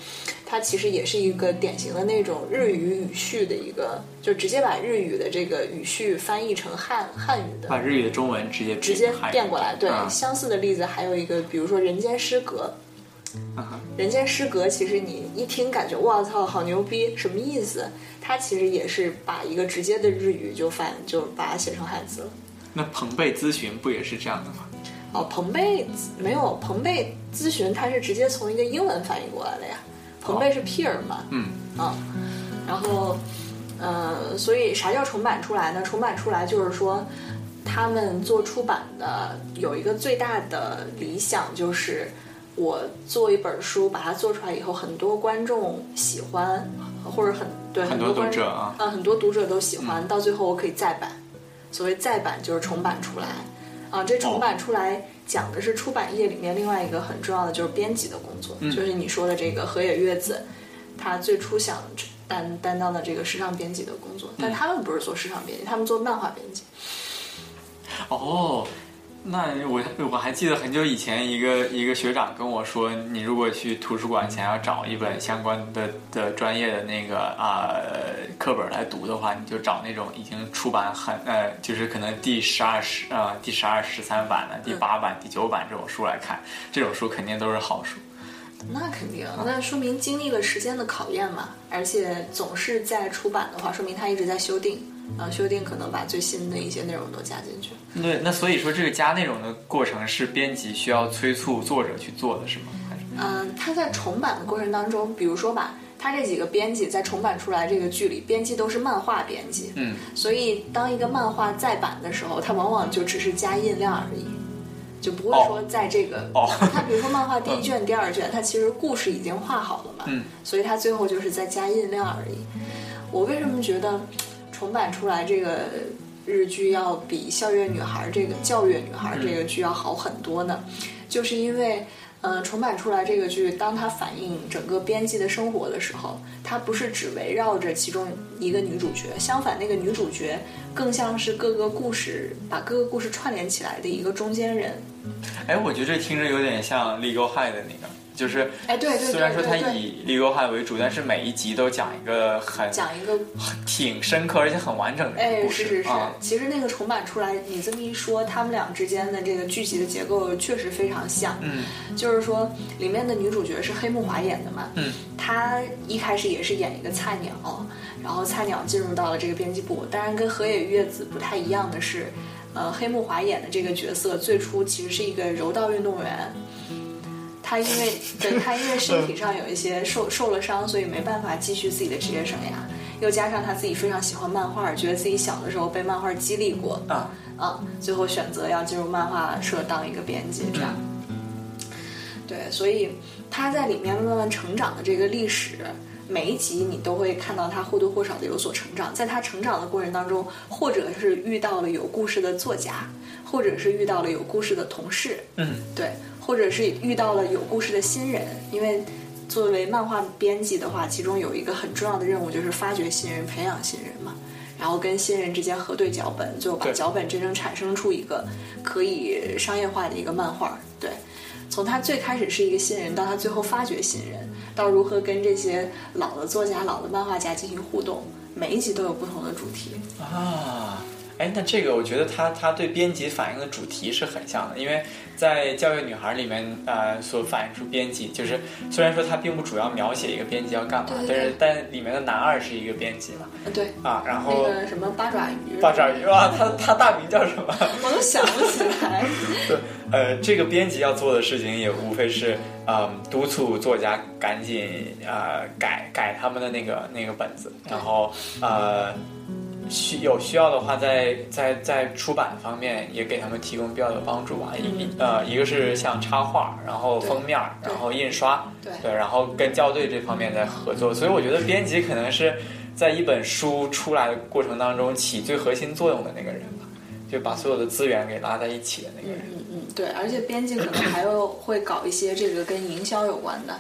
S4: 它其实也是一个典型的那种日语语序的一个，就直接把日语的这个语序翻译成汉汉语的
S5: 把日语的中文直接
S4: 直接
S5: 汉语
S4: 变过来。对，
S5: 嗯
S4: 相似的例子还有一个，比如说《人间失格》。
S5: 嗯哼
S4: 《人间失格》其实你一听感觉哇操，好牛逼，什么意思？它其实也是把一个直接的日语就翻，就把它写成汉字了。
S5: 那朋辈咨询不也是这样的吗？
S4: 哦，彭贝没有彭贝咨询，它是直接从一个英文翻译过来的呀。彭贝是 peer 嘛，
S5: 嗯，
S4: 嗯，然后，呃，所以啥叫重版出来呢？重版出来就是说，他们做出版的有一个最大的理想就是，我做一本书，把它做出来以后，很多观众喜欢，或者很对
S5: 很多
S4: 多观
S5: 读者啊
S4: 嗯，很多读者都喜欢，到最后我可以再版。所谓再版就是重版出来，啊，这重版出来讲的是出版业里面另外一个很重要的就是编辑的工作，就是你说的这个河野月子，他最初想担担当的这个时尚编辑的工作，但他们不是做时尚编辑，他们做漫画编辑。
S5: 哦，那我我还记得很久以前一个一个学长跟我说，你如果去图书馆想要找一本相关的的专业的那个啊、呃课本来读的话，你就找那种已经出版很呃，就是可能第十二十呃第
S4: 嗯
S5: 十二十三版的、第八版、第九版这种书来看，这种书肯定都是好书。
S4: 那肯定，那说明经历了时间的考验嘛，而且总是在出版的话，说明它一直在修订，然后修订可能把最新的一些内容都加进去。
S5: 对，那所以说这个加内容的过程是编辑需要催促作者去做的，是吗？还是
S4: 嗯，他在重版的过程当中，比如说吧，他这几个编辑在重版出来这个剧里，编辑都是漫画编辑，
S5: 嗯，
S4: 所以当一个漫画再版的时候，它往往就只是加印量而已，就不会说在这个
S5: 哦哦
S4: 它比如说漫画第 一卷、第二卷，它其实故事已经画好了嘛，
S5: 嗯
S4: 所以它最后就是在加印量而已。我为什么觉得重版出来这个日剧要比《校园女孩》这个《教育女孩》这个剧要好很多呢？就是因为，呃，重版出来这个剧，当它反映整个编辑的生活的时候，它不是只围绕着其中一个女主角，相反，那个女主角更像是各个故事把各个故事串联起来的一个中间人。
S5: 哎，我觉得这听着有点像《Legal High》的那个，就是
S4: 哎对对对
S5: 虽然说它
S4: 对对
S5: 以《Legal High》为主，但是每一集都讲一个很
S4: 讲一个，
S5: 挺深刻而且很完整的一
S4: 哎
S5: 个，故
S4: 是
S5: 事
S4: 是是，
S5: 啊。
S4: 其实那个重版出来，你这么一说，他们俩之间的这个剧集的结构确实非常像。
S5: 嗯
S4: 就是说里面的女主角是黑木华演的嘛，
S5: 嗯，
S4: 她一开始也是演一个菜鸟，然后菜鸟进入到了这个编辑部。当然，跟河野月子不太一样的是，呃，黑木华演的这个角色最初其实是一个柔道运动员。她因为对她因为身体上有一些受受了伤，所以没办法继续自己的职业生涯。又加上她自己非常喜欢漫画，觉得自己小的时候被漫画激励过，
S5: 啊，
S4: 啊，最后选择要进入漫画社当一个编辑，这样。对，所以他在里面慢慢成长的这个历史，每一集你都会看到他或多或少的有所成长。在他成长的过程当中，或者是遇到了有故事的作家，或者是遇到了有故事的同事，
S5: 嗯，
S4: 对，或者是遇到了有故事的新人，因为。作为漫画编辑的话，其中有一个很重要的任务就是发掘新人、培养新人嘛，然后跟新人之间核对脚本，最后把
S5: 对
S4: 脚本真正产生出一个可以商业化的一个漫画。对，从他最开始是一个新人，到他最后发掘新人，到如何跟这些老的作家、老的漫画家进行互动，每一集都有不同的主题。
S5: 啊，哎，那这个我觉得它它对编辑反映的主题是很像的，因为在《教育女孩》里面，呃，所反映出编辑就是虽然说它并不主要描写一个编辑要干嘛，
S4: 对对对
S5: 但是但里面的男二是一个编辑嘛，
S4: 呃对，
S5: 啊，然
S4: 那
S5: 后
S4: 个什么八爪鱼，
S5: 八爪鱼哇，他他大名叫什么？
S4: 我都想不起来。
S5: 对， 呃，这个编辑要做的事情也无非是，嗯、督促作家赶紧呃改改他们的那个那个本子，然后呃需有需要的话在，在在出版方面也给他们提供必要的帮助吧。一、呃，一个是像插画，然后封面，
S4: 嗯对
S5: 然后印刷，
S4: 对
S5: 然后跟校对这方面在合作，所以我觉得编辑可能是在一本书出来的过程当中起最核心作用的那个人吧。就把所有的资源给拉在一起的那个人，
S4: 嗯嗯，对，而且编辑可能还 有会搞一些这个跟营销有关的，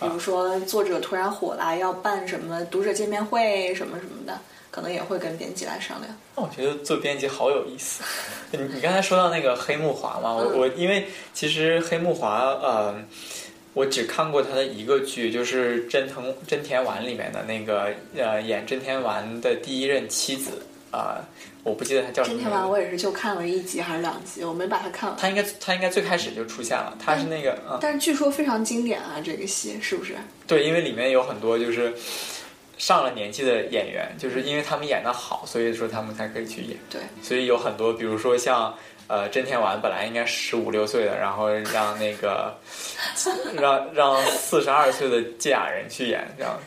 S4: 比
S5: 啊
S4: 如说作者突然火了，要办什么读者见面会什么什么的，可能也会跟编辑来商量。
S5: 那我觉得做编辑好有意思。你你刚才说到那个黑木华嘛，我、
S4: 嗯
S5: 我因为其实黑木华，呃，我只看过他的一个剧，就是真藤真田丸里面的那个呃演真田丸的第一任妻子啊、呃我不记得他叫什
S4: 今
S5: 么名字。
S4: 天晚上我也是就看了一集还是两集，我没把它看完。
S5: 他应该他应该最开始就出现了，他是那个嗯，
S4: 但是据说非常经典啊，这个戏是不是？
S5: 对，因为里面有很多就是上了年纪的演员，就是因为他们演的好，所以说他们才可以去演。
S4: 对，
S5: 所以有很多，比如说像呃真田丸本来应该十五六岁的，然后让那个 让让四十二岁的芥雅人去演这样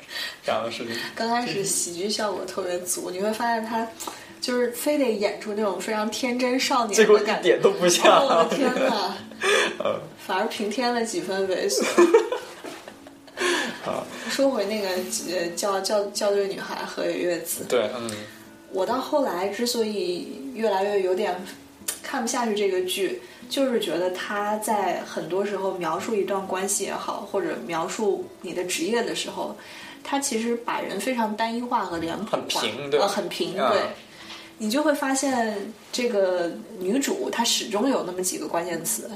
S5: 这样的事情。
S4: 刚开始喜剧效果特别足，你会发现他就是非得演出那种非常天真少年
S5: 结果
S4: 的
S5: 一
S4: 感
S5: 点
S4: 觉。
S5: 都不
S4: 哦
S5: 像。
S4: 我的天哪！反而平添了几分猥琐。
S5: 啊，
S4: 说回那个呃叫叫叫对女孩和野月子，
S5: 对，嗯，
S4: 我到后来之所以越来越有点看不下去这个剧，就是觉得他在很多时候描述一段关系也好，或者描述你的职业的时候，他其实把人非常单一化和脸谱化，
S5: 很平对
S4: 呃很平对。
S5: 啊
S4: 你就会发现，这个女主她始终有那么几个关键词：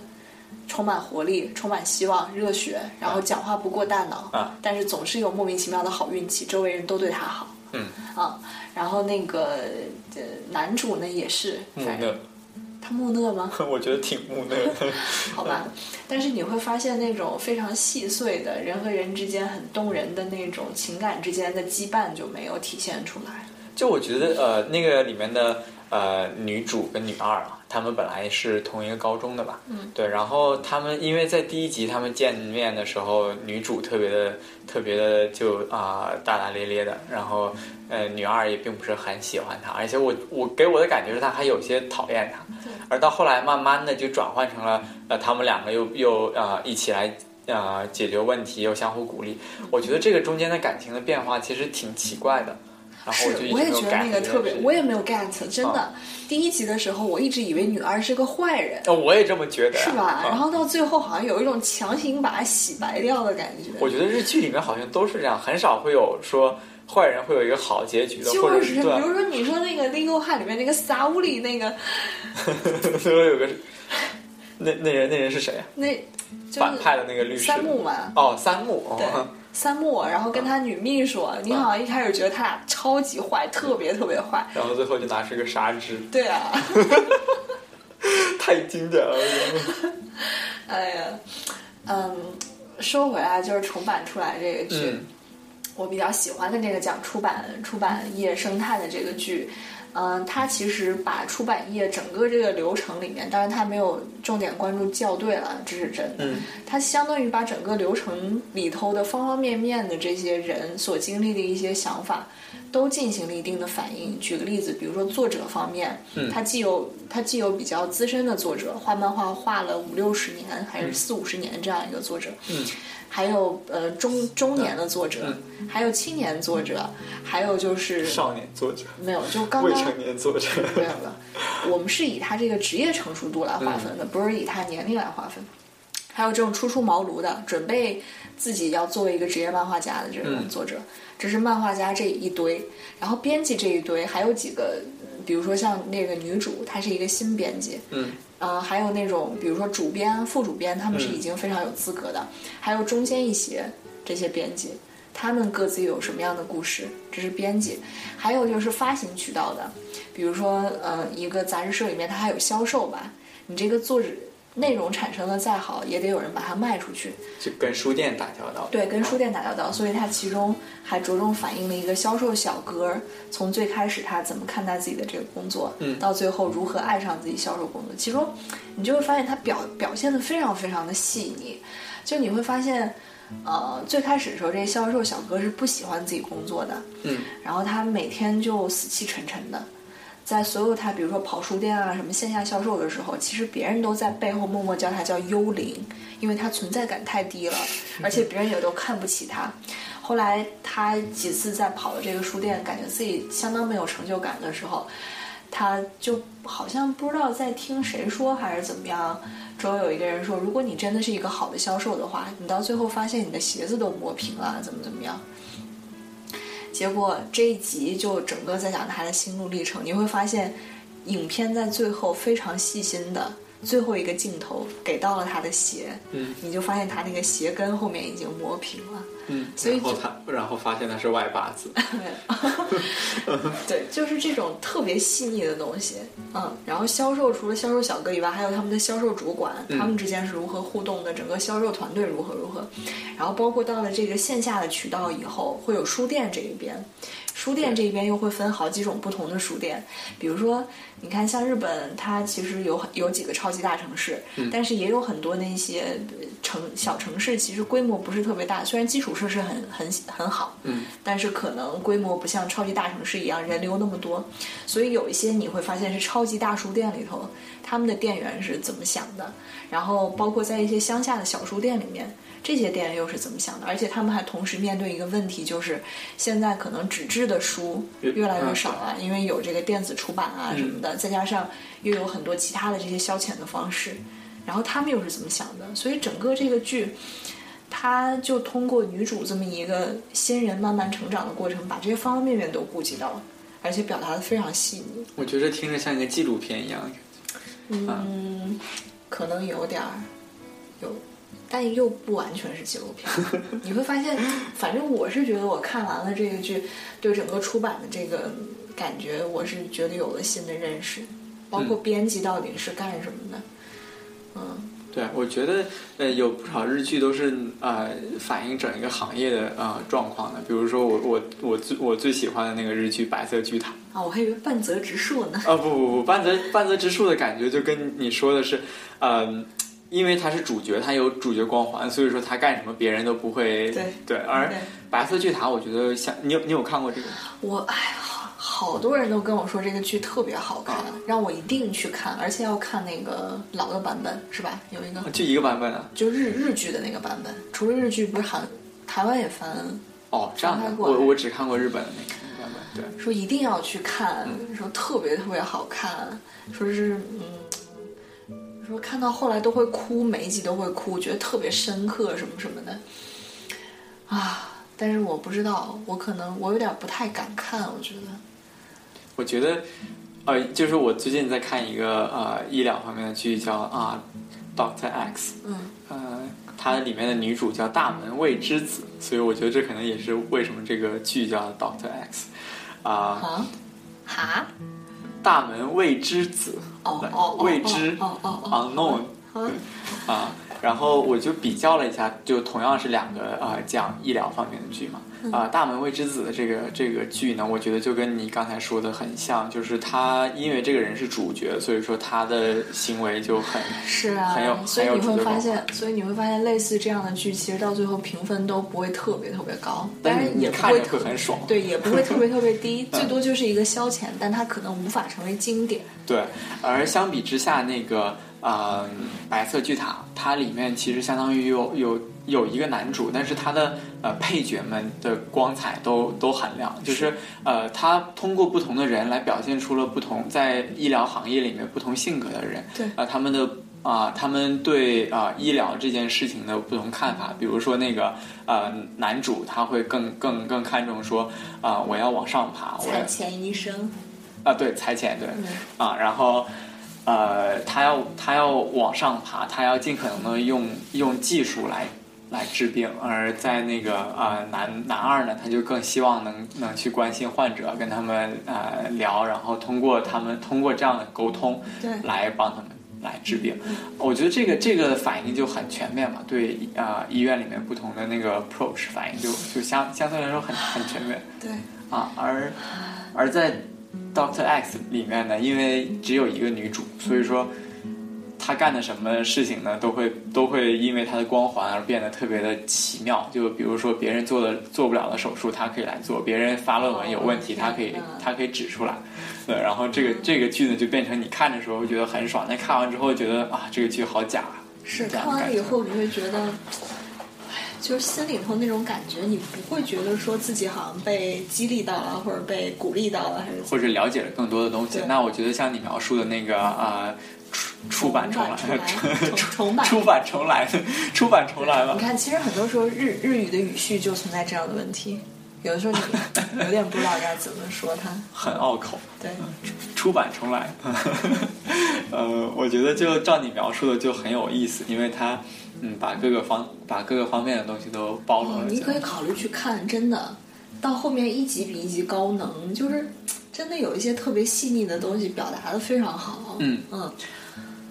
S4: 充满活力、充满希望、热血，然后讲话不过大脑，
S5: 啊
S4: 但是总是有莫名其妙的好运气，周围人都对她好。
S5: 嗯
S4: 啊，然后那个呃男主呢也是，
S5: 木
S4: 反正
S5: 讷，
S4: 他木讷吗？
S5: 我觉得挺木讷的。
S4: 好
S5: 嗯
S4: 吧， 但是你会发现那种非常细碎的人和人之间很动人的那种情感之间的羁绊就没有体现出来。
S5: 就我觉得呃，那个里面的呃女主跟女二啊，她们本来是同一个高中的吧？嗯，对。然后她们因为在第一集她们见面的时候，女主特别的特别的就啊、大大咧咧的，然后呃女二也并不是很喜欢她，而且我我给我的感觉是她还有些讨厌她。而到后来慢慢的就转换成了呃他们两个又又呃一起来。呃，解决问题又相互鼓励，我觉得这个中间的感情的变化其实挺奇怪的。然后
S4: 是
S5: 哦就一，
S4: 我
S5: 直
S4: 也
S5: 没有
S4: 觉得
S5: get
S4: 那个
S5: 这
S4: 特别
S5: 事，情
S4: 我也没有 get，真的
S5: 啊。
S4: 第一集的时候，我一直以为女二是个坏人，
S5: 呃，我也这么觉得呀，
S4: 是吧？
S5: 嗯
S4: 然后到最后，好像有一种强行把她洗白掉的感觉。
S5: 我觉得日剧里面好像都是这样，很少会有说坏人会有一个好结局的，
S4: 就
S5: 或者
S4: 是，比
S5: 对啊，
S4: 如说你说那个《Legal High》里面那个萨乌里那个，
S5: 最后有个那那人那人是谁啊？
S4: 那就是
S5: 反派的那个律师
S4: 三木嘛，
S5: 哦，三木
S4: 对
S5: 哦，，
S4: 三木，然后跟他女秘书，你好像一开始觉得他俩超级坏，特别特别 坏，
S5: 然后最后就拿出一个砂纸，
S4: 对啊，
S5: 太经典了。我觉得
S4: 哎呀，嗯，说回来就是重版出来这个剧，
S5: 嗯
S4: 我比较喜欢的这个讲出版出版业生态的这个剧，嗯，它其实把出版业整个这个流程里面，当然它没有重点关注校对了，这是真的。
S5: 嗯
S4: 它相当于把整个流程里头的方方面面的这些人所经历的一些想法，都进行了一定的反应。举个例子，比如说作者方面，
S5: 嗯
S4: 它既有它既有比较资深的作者，画漫画画了五六十年还是四五十年这样一个作者，
S5: 嗯
S4: 还有呃中中年的作者，还有青年作者，还有就是
S5: 少年作者、
S4: 没有就刚
S5: 未
S4: 刚
S5: 成年作者，
S4: 没有了。我们是以他这个职业成熟度来划分
S5: 嗯
S4: 的，不是以他年龄来划分。还有这种初出茅庐的，准备自己要作为一个职业漫画家的这种
S5: 嗯
S4: 作者，这是漫画家这一堆，然后编辑这一堆，还有几个，嗯比如说像那个女主，她是一个新编辑，
S5: 嗯，
S4: 呃，还有那种比如说主编、啊副主编，他们是
S5: 嗯
S4: 已经非常有资格的，还有中间一些这些编辑，他们各自有什么样的故事，这是编辑，还有就是发行渠道的，比如说呃，一个杂志社里面它还有销售吧，你这个作者内容产生的再好，也得有人把它卖出去，
S5: 就跟书店打交道。
S4: 对，跟书店打交道，所以它其中还着重反映了一个销售小哥儿从最开始他怎么看待自己的这个工作，
S5: 嗯
S4: 到最后如何爱上自己销售工作，其中你就会发现他表表现的非常非常的细腻，就你会发现，呃，最开始的时候这些销售小哥是不喜欢自己工作的，
S5: 嗯，
S4: 然后他每天就死气沉沉的。在所有他，比如说跑书店啊、什么线下销售的时候，其实别人都在背后默默叫他叫幽灵，因为他存在感太低了，而且别人也都看不起他。后来他几次在跑了这个书店，感觉自己相当没有成就感的时候，他就好像不知道在听谁说还是怎么样。周围有一个人说，如果你真的是一个好的销售的话，你到最后发现你的鞋子都磨平了，怎么怎么样。结果这一集就整个在讲他的心路历程，你会发现，影片在最后非常细心的最后一个镜头给到了他的鞋，
S5: 嗯，
S4: 你就发现他那个鞋跟后面已经磨平了，
S5: 嗯，
S4: 所以
S5: 然后
S4: 就
S5: 他然后发现他是外八字，
S4: 对，就是这种特别细腻的东西，嗯，然后销售除了销售小哥以外，还有他们的销售主管，
S5: 嗯
S4: 他们之间是如何互动的，整个销售团队如何如何，然后包括到了这个线下的渠道以后，会有书店这一边，书店这一边又会分好几种不同的书店，比如说，你看像日本，它其实有很有几个超级大城市，但是也有很多那些呃城小城市，其实规模不是特别大，虽然基础设施很很很好，
S5: 嗯，
S4: 但是可能规模不像超级大城市一样人流那么多，所以有一些你会发现是超级大书店里头，他们的店员是怎么想的，然后包括在一些乡下的小书店里面，这些店员又是怎么想的，而且他们还同时面对一个问题，就是现在可能纸质的书
S5: 越
S4: 越来越
S5: 嗯
S4: 少了，啊因为有这个电子出版啊什么的，再加上又有很多其他的这些消遣的方式，然后他们又是怎么想的，所以整个这个剧。他就通过女主这么一个新人慢慢成长的过程，把这些方方面面都顾及到了，而且表达的非常细腻。
S5: 我觉得听着像一个纪录片一样。
S4: 嗯，可能有点儿有，但又不完全是纪录片。 你会发现，反正我是觉得我看完了这个剧，对整个出版的这个感觉，我是觉得有了新的认识。包
S5: 嗯
S4: 括编辑到底是干什么的。嗯，
S5: 对，我觉得呃有不少日剧都是呃反映整一个行业的呃状况的，比如说我我我最我最喜欢的那个日剧《白色巨塔》
S4: 啊，我还以为半泽直树呢。
S5: 啊不不不，半泽半泽直树的感觉就跟你说的是，嗯、因为他是主角，他有主角光环，所以说他干什么别人都不会
S4: 对
S5: 而
S4: 对
S5: 白色巨塔，我觉得像你有你有看过这个？
S4: 我哎呀，好好多人都跟我说这个剧特别好看，
S5: 啊
S4: 让我一定去看，而且要看那个老的版本是吧？有一个
S5: 就一个版本啊？
S4: 就日日剧的那个版本，除了日剧，不是韩台湾也翻，
S5: 哦，这样的
S4: 没，看过哎
S5: 我我只看过日本的那个版本，对。
S4: 说一定要去看，
S5: 嗯
S4: 说特别特别好看，说是嗯，说看到后来都会哭，每一集都会哭，觉得特别深刻什么什么的，啊。但是我不知道，我可能我有点不太敢看，我觉得。
S5: 我觉得，呃，就是我最近在看一个呃医疗方面的剧，叫啊、Doctor X，
S4: 嗯，
S5: 呃，它里面的女主叫大门未知子，所以我觉得这可能也是为什么这个剧叫 Doctor X，啊、
S4: 啊，哈，
S5: 大门未知子，
S4: 哦
S5: 对
S4: 哦哦
S5: 未知
S4: 哦哦哦
S5: unknown，
S4: 嗯
S5: 对啊，然后我就比较了一下，就同样是两个啊、呃讲医疗方面的剧嘛，
S4: 嗯
S5: 啊、大门未知子的这个这个剧呢，我觉得就跟你刚才说的很像，就是他因为这个人是主角，所以说他的行为就很
S4: 是啊，
S5: 很有
S4: 所以
S5: 很有
S4: 你
S5: 主角
S4: 会发
S5: 光
S4: 现，所以你会发现，类似这样的剧，其实到最后评分都不会特别特别高，
S5: 但
S4: 当
S5: 是
S4: 然
S5: 你
S4: 也不
S5: 看着
S4: 会
S5: 会
S4: 特
S5: 很爽，嗯
S4: 对，也不会特别特别低， 最多就是一个消遣，但它可能无法成为经典。
S5: 对，而相比之下，那个呃，白色巨塔，它里面其实相当于有有有一个男主，但是他的呃配角们的光彩都都很亮，就是呃，他通过不同的人来表现出了不同在医疗行业里面不同性格的人，
S4: 对
S5: 呃，他们的。啊、他们对啊、医疗这件事情的不同看法，比如说那个呃男主他会更更更看重说啊、我要往上爬，我要
S4: 前医生，
S5: 啊，对，裁剪，对，啊，然后呃，他要他要往上爬，他要尽可能的用用技术来来治病，而在那个啊、男男二呢，他就更希望能能去关心患者，跟他们呃聊，然后通过他们通过这样的沟通，
S4: 对
S5: 来帮他们。来治病，我觉得这个这个反应就很全面嘛，对啊、医院里面不同的那个 approach 反应就就相相对来说很很全面。
S4: 对，
S5: 啊，而而在 Doctor X 里面呢，因为只有一个女主，所以说她干的什么事情呢，都会都会因为她的光环而变得特别的奇妙。就比如说别人做的做不了的手术，她可以来做；别人发论文有问题，她可以她可以指出来。对，然后这个这个剧呢，就变成你看的时候会觉得很爽，但看完之后觉得啊，这个剧好假啊。
S4: 是
S5: 这样
S4: 看
S5: 的
S4: 完
S5: 感
S4: 了
S5: 觉
S4: 以后，你会觉得，哎，就是心里头那种感觉，你不会觉得说自己好像被激励到了，或者被鼓励到了，还是
S5: 或者了解了更多的东西
S4: 对。
S5: 那我觉得像你描述的那个啊、呃出出版重来，
S4: 重版重来重重版
S5: 出版重来，出版重来吧
S4: 你。看，其实很多时候日日语的语序就存在这样的问题，有的时候 你有点不知道该怎么说它。
S5: 很拗口，
S4: 对，
S5: 出版重来。 呃，我觉得就照你描述的就很有意思，因为它嗯把各个方把各个方面的东西都包容了
S4: 哦你
S5: 进
S4: 可以
S5: 来。
S4: 考虑去看，真的，到后面一集比一集高能，就是真的有一些特别细腻的东西表达的非常好。
S5: 嗯
S4: 嗯，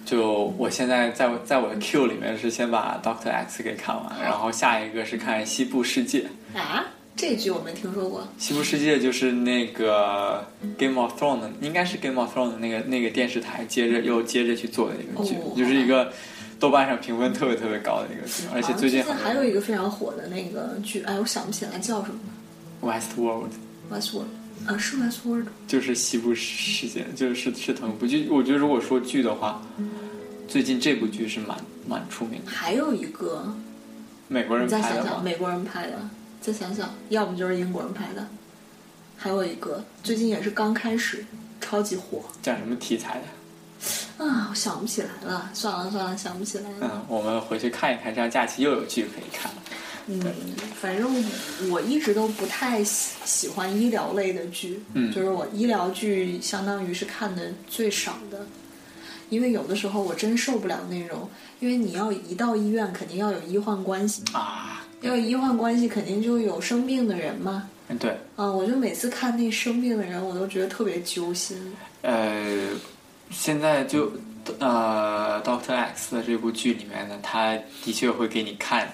S5: 就我现在在我在我的 Q 里面是先把 Doctor X 给看完，然后下一个是看《西部世界》。
S4: 啊，这句我没听说过。
S5: 西部世界就是那个 Game of Thrones，的应该是 Game of Thrones 的那个那个电视台接着又接着去做的一个剧，
S4: 哦
S5: 就是一个豆瓣上评分特别特别高的一个剧，而且最近
S4: 好像
S5: 很
S4: 还有一个非常火的那个剧，哎，我想不起来叫什么了
S5: Westworld，
S4: ，Westworld。啊，是 Westworld
S5: 就是西部世界，就是是同一部剧。我觉得如果说剧的话，最近这部剧是蛮蛮出名的，
S4: 还有一个，
S5: 美国人
S4: 你再
S5: 拍的
S4: 想想，
S5: 嘛。
S4: 美国人拍的，再想想，要么就是英国人拍的，还有一个最近也是刚开始，超级火
S5: 讲什么题材的？
S4: 啊，我想不起来了，算了算了，想不起来了。
S5: 嗯，我们回去看一看，这样假期又有剧可以看了。
S4: 嗯，反正我一直都不太喜喜欢医疗类的剧，
S5: 嗯
S4: 就是我医疗剧相当于是看的最少的，因为有的时候我真受不了那种，因为你要一到医院肯定要有医患关系，
S5: 啊，
S4: 要有医患关系肯定就有生病的人嘛，
S5: 嗯对，
S4: 啊，我就每次看那生病的人，我都觉得特别揪心。
S5: 呃，现在就呃，Doctor X 的这部剧里面呢，他的确会给你看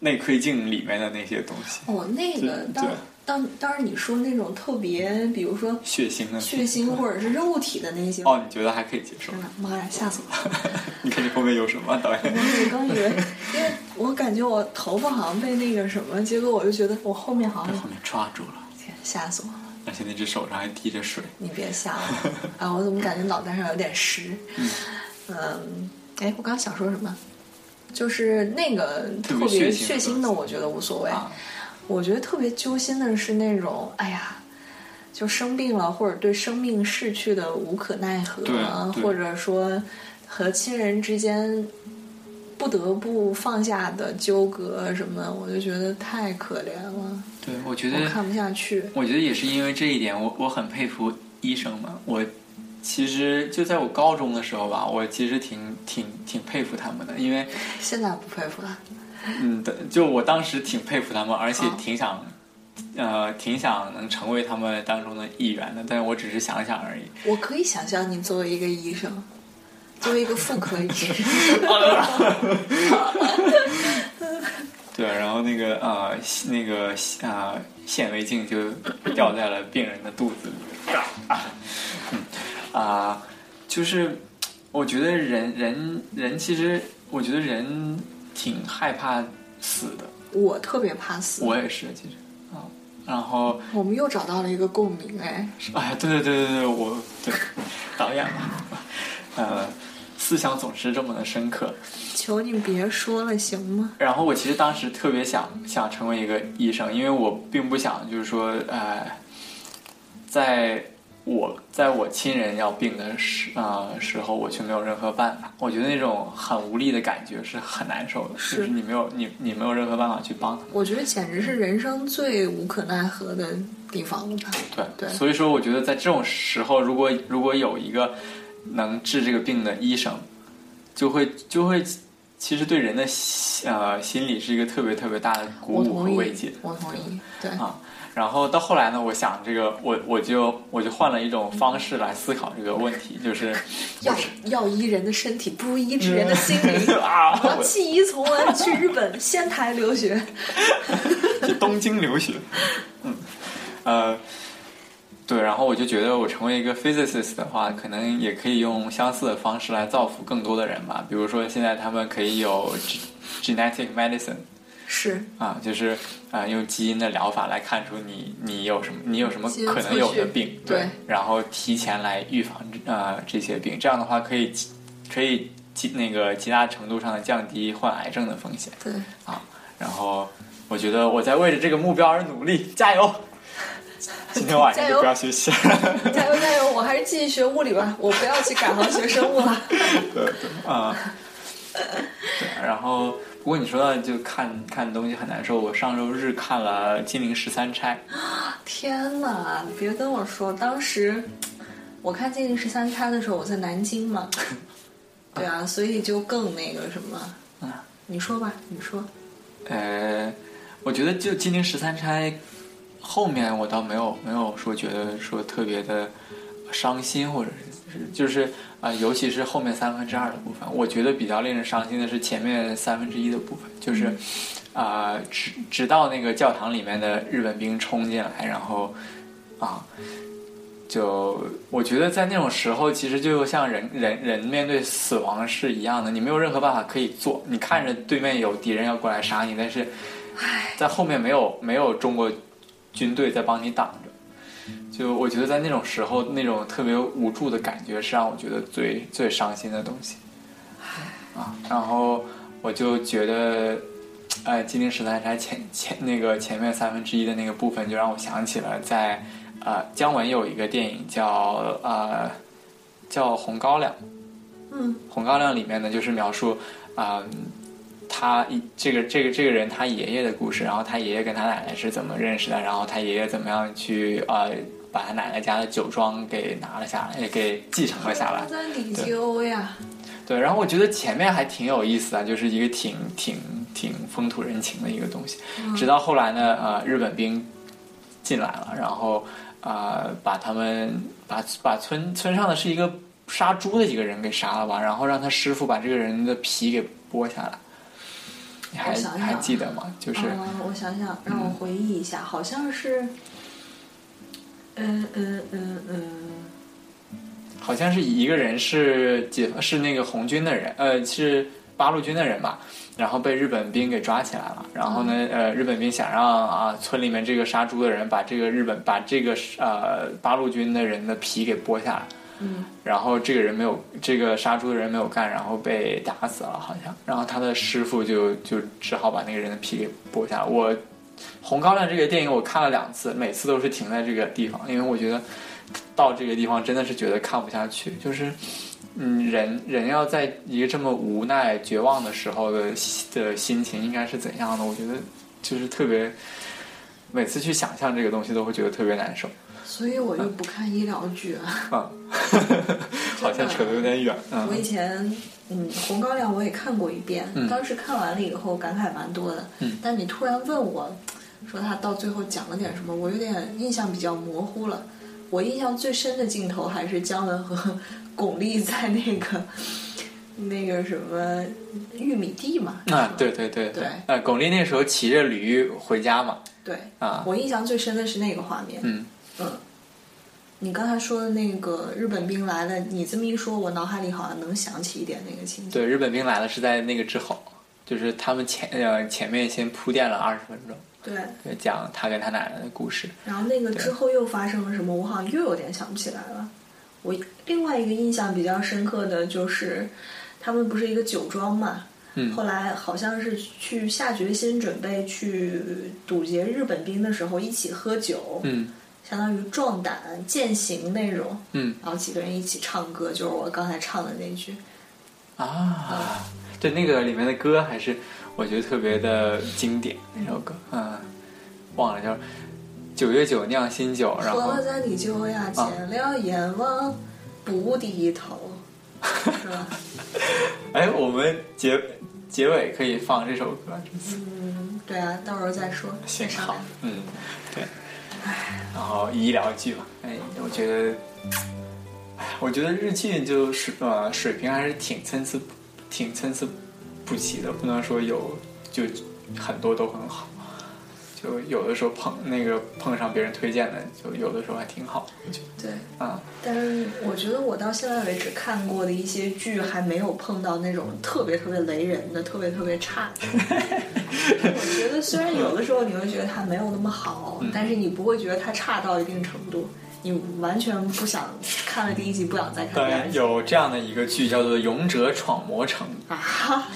S5: 内窥镜里面的那些东西，
S4: 哦，那个
S5: 对
S4: 当
S5: 对
S4: 当当然你说那种特别，比如说
S5: 血腥的
S4: 血腥或者是肉体的那些，
S5: 哦，你觉得还可以接受
S4: 真？的妈呀，吓死我了！
S5: 你看你后面有什么导演？
S4: 我刚以为，因为我感觉我头发好像被那个什么，结果我就觉得我后面好像
S5: 后面抓住了，
S4: 天吓死我了！
S5: 而且那只手上还滴着水。
S4: 你别吓我啊！我怎么感觉脑袋上有点湿？嗯，哎，我刚想说什么？就是那个
S5: 特
S4: 特
S5: 别
S4: 别
S5: 血
S4: 血
S5: 腥的
S4: 腥的，我觉得无所谓。
S5: 啊
S4: 我觉得特别揪心的是那种，哎呀，就生病了，或者对生命逝去的无可奈何啊
S5: 对，对
S4: 或者说和亲人之间不得不放下的纠葛什么，我就觉得太可怜了，
S5: 对，我觉得
S4: 我看不下去。
S5: 我觉得也是因为这一点，我我很佩服医生们。我其实就在我高中的时候吧，我其实挺挺挺佩服他们的，因为
S4: 现在不佩服了，
S5: 嗯，对就我当时挺佩服他们，而且挺想。呃，挺想能成为他们当中的一员的，但是我只是想想而已。
S4: 我可以想象你作为一个医生，作为一个妇科医生，
S5: 对，然后那个呃，西那个呃，显微镜就掉在了病人的肚子里。 啊，嗯啊就是我觉得人人人其实，我觉得人挺害怕死的，
S4: 我特别怕死。
S5: 我也是，其实啊，然后
S4: 我们又找到了一个共鸣，哎，
S5: 哎呀，对对对对对，我对导演 嘛，呃，思想总是这么的深刻。
S4: 求你别说了，行吗？
S5: 然后我其实当时特别想想成为一个医生，因为我并不想就是说，呃，在我在我亲人要病的时啊、时候，我却没有任何办法。我觉得那种很无力的感觉是很难受的，
S4: 是
S5: 就是你没有你你没有任何办法去帮他们。
S4: 我觉得简直是人生最无可奈何的地方了吧？
S5: 对，
S4: 对
S5: 所以说我觉得在这种时候，如果如果有一个能治这个病的医生，就会就会其实对人的心呃心理是一个特别特别大的鼓
S4: 我
S5: 舞和
S4: 同
S5: 慰
S4: 意
S5: 藉，。
S4: 我同意。对，
S5: 啊。然后到后来呢，我想这个，我我就我就换了一种方式来思考这个问题，就是
S4: 要要医人的身体，不如医治
S5: 嗯
S4: 人的心 灵。
S5: 啊，
S4: 我要弃医从文，去日本仙台留学。
S5: 去东京留学，嗯，呃，对，然后我就觉得我成为一个 physicist 的话，可能也可以用相似的方式来造福更多的人吧。比如说现在他们可以有 gen- genetic medicine
S4: 是，
S5: 啊，就是啊、呃用基因的疗法来看出你你有什么你有什么
S4: 基因
S5: 可能有的病，
S4: 测序对
S5: 然后提前来预防呃这些病，这样的话可以可以极那个极大程度上的降低患癌症的风险。
S4: 对，
S5: 啊，然后我觉得我在为着这个目标而努力，加油！今天晚上
S4: 加
S5: 就
S4: 油
S5: 不要学习了，
S4: 加油加油！我还是继续学物理吧，我不要去改行学生物了。
S5: 啊、对， 然后不过你说到就看看东西很难受，我上周日看了《金陵十三钗》，
S4: 天哪！别跟我说，当时我看《金陵十三钗》的时候，我在南京 嘛。对啊，所以就更那个什么。
S5: 嗯
S4: 你说吧，你说。
S5: 呃，我觉得就《金陵十三钗》后面我倒没有没有说觉得说特别的伤心，或者是是就是啊、呃尤其是后面三分之二的部分，我觉得比较令人伤心的是前面三分之一的部分，就是啊、呃直直到那个教堂里面的日本兵冲进来，然后啊。就我觉得在那种时候，其实就像人人人面对死亡是一样的，你没有任何办法可以做。你看着对面有敌人要过来杀你，但是在后面没有没有中国军队在帮你挡着。就我觉得在那种时候，那种特别无助的感觉是让我觉得最最伤心的东西。啊，然后我就觉得，哎，《金陵十三钗》前前那个前面三分之一的那个部分，就让我想起了在呃姜文有一个电影叫呃叫《红高粱》。
S4: 嗯，
S5: 《红高粱》里面呢，就是描述啊、他一这个这个这个人他爷爷的故事，然后他爷爷跟他奶奶是怎么认识的，然后他爷爷怎么样去呃把他奶奶家的酒庄给拿了下来，也给继承了下来
S4: 他。在李究呀。
S5: 对，然后我觉得前面还挺有意思的，就是一个挺挺挺风土
S4: 嗯
S5: 人情的一个东西。直到后来呢，呃，日本兵进来了，然后啊、把他们把把村村上的是一个杀猪的一个人给杀了吧，然后让他师傅把这个人的皮给剥下来。你还
S4: 我想想
S5: 还记得吗？就是、
S4: 嗯，我想想，让我回忆一下，好像是，嗯嗯嗯嗯，
S5: 好像是一个人是解是那个红军的人，呃，是八路军的人吧，然后被日本兵给抓起来了。然后呢，呃，日本兵想让啊村里面这个杀猪的人把这个日本把这个呃八路军的人的皮给剥下来。嗯，然后这个人没有这个杀猪的人没有干，然后被打死了好像。然后他的师傅就就只好把那个人的皮给剥下来。我《红高粱》这个电影我看了两次，每次都是停在这个地方，因为我觉得到这个地方真的是觉得看不下去，就是，嗯，人人要在一个这么无奈、绝望的时候的心的心情应该是怎样的？我觉得就是特别，每次去想象这个东西都会觉得特别难受。
S4: 所以我就不看医疗剧啊。
S5: 啊， 好像扯得有点远。嗯
S4: 我以前，嗯，《红高粱》我也看过一遍，
S5: 嗯
S4: 当时看完了以后感慨蛮多的。
S5: 嗯
S4: 但你突然问我，说他到最后讲了点什么，我有点印象比较模糊了。我印象最深的镜头还是姜文和巩俐在那个那个什么玉米地嘛。
S5: 啊，对对对
S4: 对
S5: 呃，巩俿那时候骑着驴回家嘛，
S4: 对，
S5: 啊
S4: 我印象最深的是那个画面。
S5: 嗯
S4: 嗯，你刚才说的那个日本兵来了，你这么一说，我脑海里好像能想起一点那个情景。
S5: 对，日本兵来了是在那个之后，就是他们前呃前面先铺垫了二十分钟，
S4: 对，
S5: 对讲他跟他奶奶的故事。
S4: 然后那个之后又发生了什么，我好像又有点想不起来了。我另外一个印象比较深刻的就是，他们不是一个酒庄嘛，
S5: 嗯
S4: 后来好像是去下决心准备去堵截日本兵的时候，一起喝酒，
S5: 嗯
S4: 相当于壮胆践行那种。
S5: 嗯
S4: 然后几个人一起唱歌，就是我刚才唱的那句。
S5: 啊，对，那个里面的歌还是我觉得特别的经典，那首歌，嗯，忘了叫九月九酿新酒，哦然后
S4: 活在你酒呀，
S5: 啊
S4: 见了阎王不低 头，是吧？
S5: 哎，我们结结尾可以放这首歌，这次
S4: 嗯，对啊，到时候再说。
S5: 行
S4: 上
S5: 好
S4: 来，
S5: 嗯，对，然后医疗剧嘛，哎，我觉得，哎，我觉得日剧就是呃水平还是挺参差不，挺参差不齐的，不能说有就很多都很好，就有的时候碰那个碰上别人推荐的，就有的时候还挺好，我觉
S4: 对，
S5: 得啊，
S4: 但是我觉得我到现在为止看过的一些剧，还没有碰到那种特别特别雷人的、特别特别差的。我觉得虽然有的时候你会觉得它没有那么好，但是你不会觉得它差到一定程度，你完全不想看了第一集不想再看
S5: 当
S4: 第二
S5: 然
S4: 集
S5: 有这样的一个剧叫做《勇者闯魔城》，
S4: 啊哈，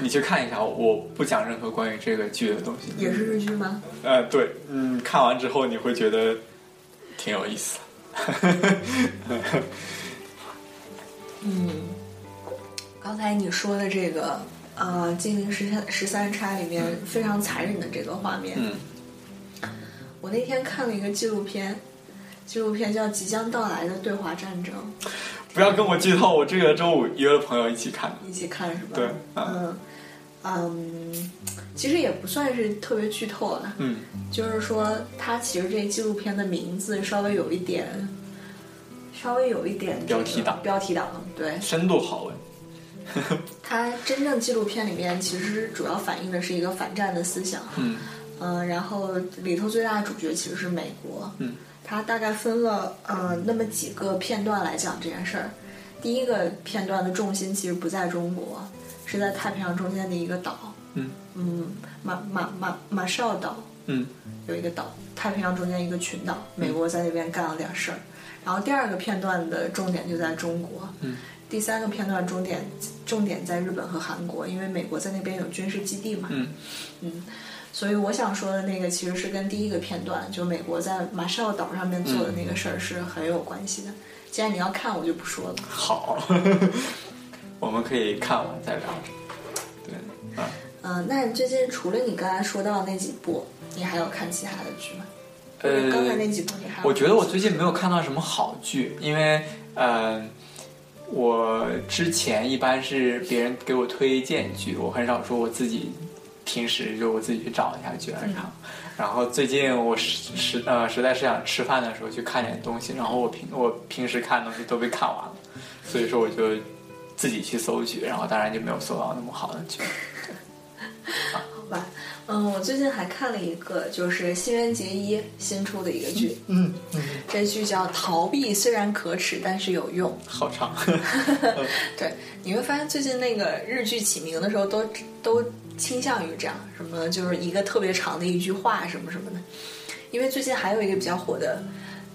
S5: 你去看一下，我不讲任何关于这个剧的东西。
S4: 也是日剧吗？
S5: 呃，对，嗯，看完之后你会觉得挺有意思的。
S4: 刚才你说的这个，呃，《金陵十三十三钗》里面非常残忍的这个画面，
S5: 嗯
S4: 我那天看了一个纪录片，纪录片叫《即将到来的对华战争
S5: 不要跟我剧透，我这个周五约了朋友一起看的》，。
S4: 一起看是吧？
S5: 对啊
S4: 嗯嗯，其实也不算是特别剧透了，
S5: 嗯
S4: 就是说它其实这纪录片的名字稍微有一点，稍微有一点这个
S5: 标题党
S4: 标题党对，
S5: 深度好文。
S4: 它真正纪录片里面其实主要反映的是一个反战的思想，
S5: 嗯
S4: 嗯，然后里头最大的主角其实是美国，
S5: 嗯，
S4: 它大概分了呃那么几个片段来讲这件事儿。第一个片段的重心其实不在中国，是在太平洋中间的一个岛，
S5: 嗯
S4: 嗯，马马马马绍岛
S5: 嗯
S4: 有一个岛，太平洋中间一个群岛，美国在那边干了点事儿。然后第二个片段的重点就在中国，
S5: 嗯，
S4: 第三个片段重点重点在日本和韩国，因为美国在那边有军事基地嘛，
S5: 嗯
S4: 所以我想说的那个其实是跟第一个片段，就美国在马绍尔岛上面做的那
S5: 嗯
S4: 个事儿是很有关系的。既然你要看，我就不说了。
S5: 好， 我们可以看完再聊。对，啊，
S4: 嗯、那你最近除了你刚才说到的那几部，你还有看其他的剧吗？或者刚才那几部你还有看
S5: 呃我觉啊得我最近没有看到什么好剧，因为嗯、我之前一般是别人给嗯我推荐剧，我很少说我自己平时就我自己去找一下剧来看。啊然后最近我实实呃实在是想吃饭的时候去看点东西，然后我平我平时看的东西都被看完了，所以说我就自己去搜剧，然后当然就没有搜到那么好的剧。
S4: 好吧，嗯，我最近还看了一个，就是新垣结衣新出的一个剧，
S5: 嗯嗯，
S4: 这剧叫《逃避虽然可耻，但是有用》。
S5: 好长。
S4: 对，你会发现最近那个日剧起名的时候都都倾向于这样，什么就是一个特别长的一句话什么什么的。因为最近还有一个比较火的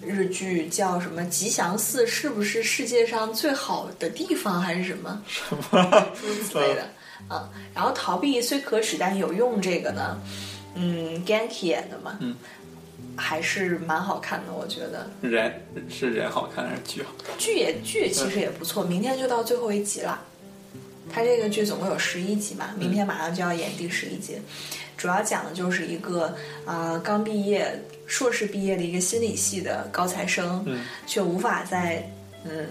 S4: 日剧叫什么《吉祥寺是不是世界上最好的地方》还是什么
S5: 什么？
S4: 之类 的啊。然后逃避虽可耻但有用这个呢，嗯，Genki 演的嘛，
S5: 嗯
S4: 还是蛮好看的，我觉得。
S5: 人是人好看还是剧好看？
S4: 剧也剧也其实也不错，明天就到最后一集了。它这个剧总共有十一集嘛，明天马上就要演第十一集，主要讲的就是一个啊、呃刚毕业硕士毕业的一个心理系的高材生，
S5: 嗯
S4: 却无法在嗯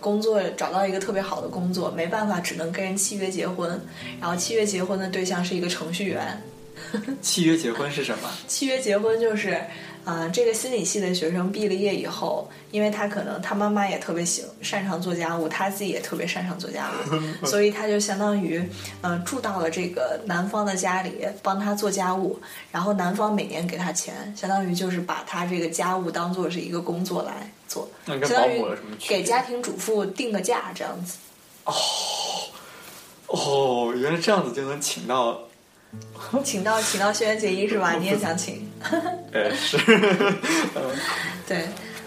S4: 工作找到一个特别好的工作，没办法只能跟人契约结婚，然后契约结婚的对象是一个程序员，
S5: 契约结婚是什么？
S4: 契约结婚就是，啊、这个心理系的学生毕了业以后，因为他可能他妈妈也特别喜擅长做家务，他自己也特别擅长做家 务，所以他就相当于，呃，住到了这个男方的家里，帮他做家务，然后男方每年给他钱，相当于就是把他这个家务当做是一个工作来做，
S5: 那
S4: 相
S5: 跟
S4: 当
S5: 保
S4: 于
S5: 姆有什么区别
S4: 给家庭主妇定个价这样子。
S5: 哦，原来这样子就能请到，
S4: 请到请到轩辕结衣是 吧？你也想请？
S5: 呃，是
S4: 对，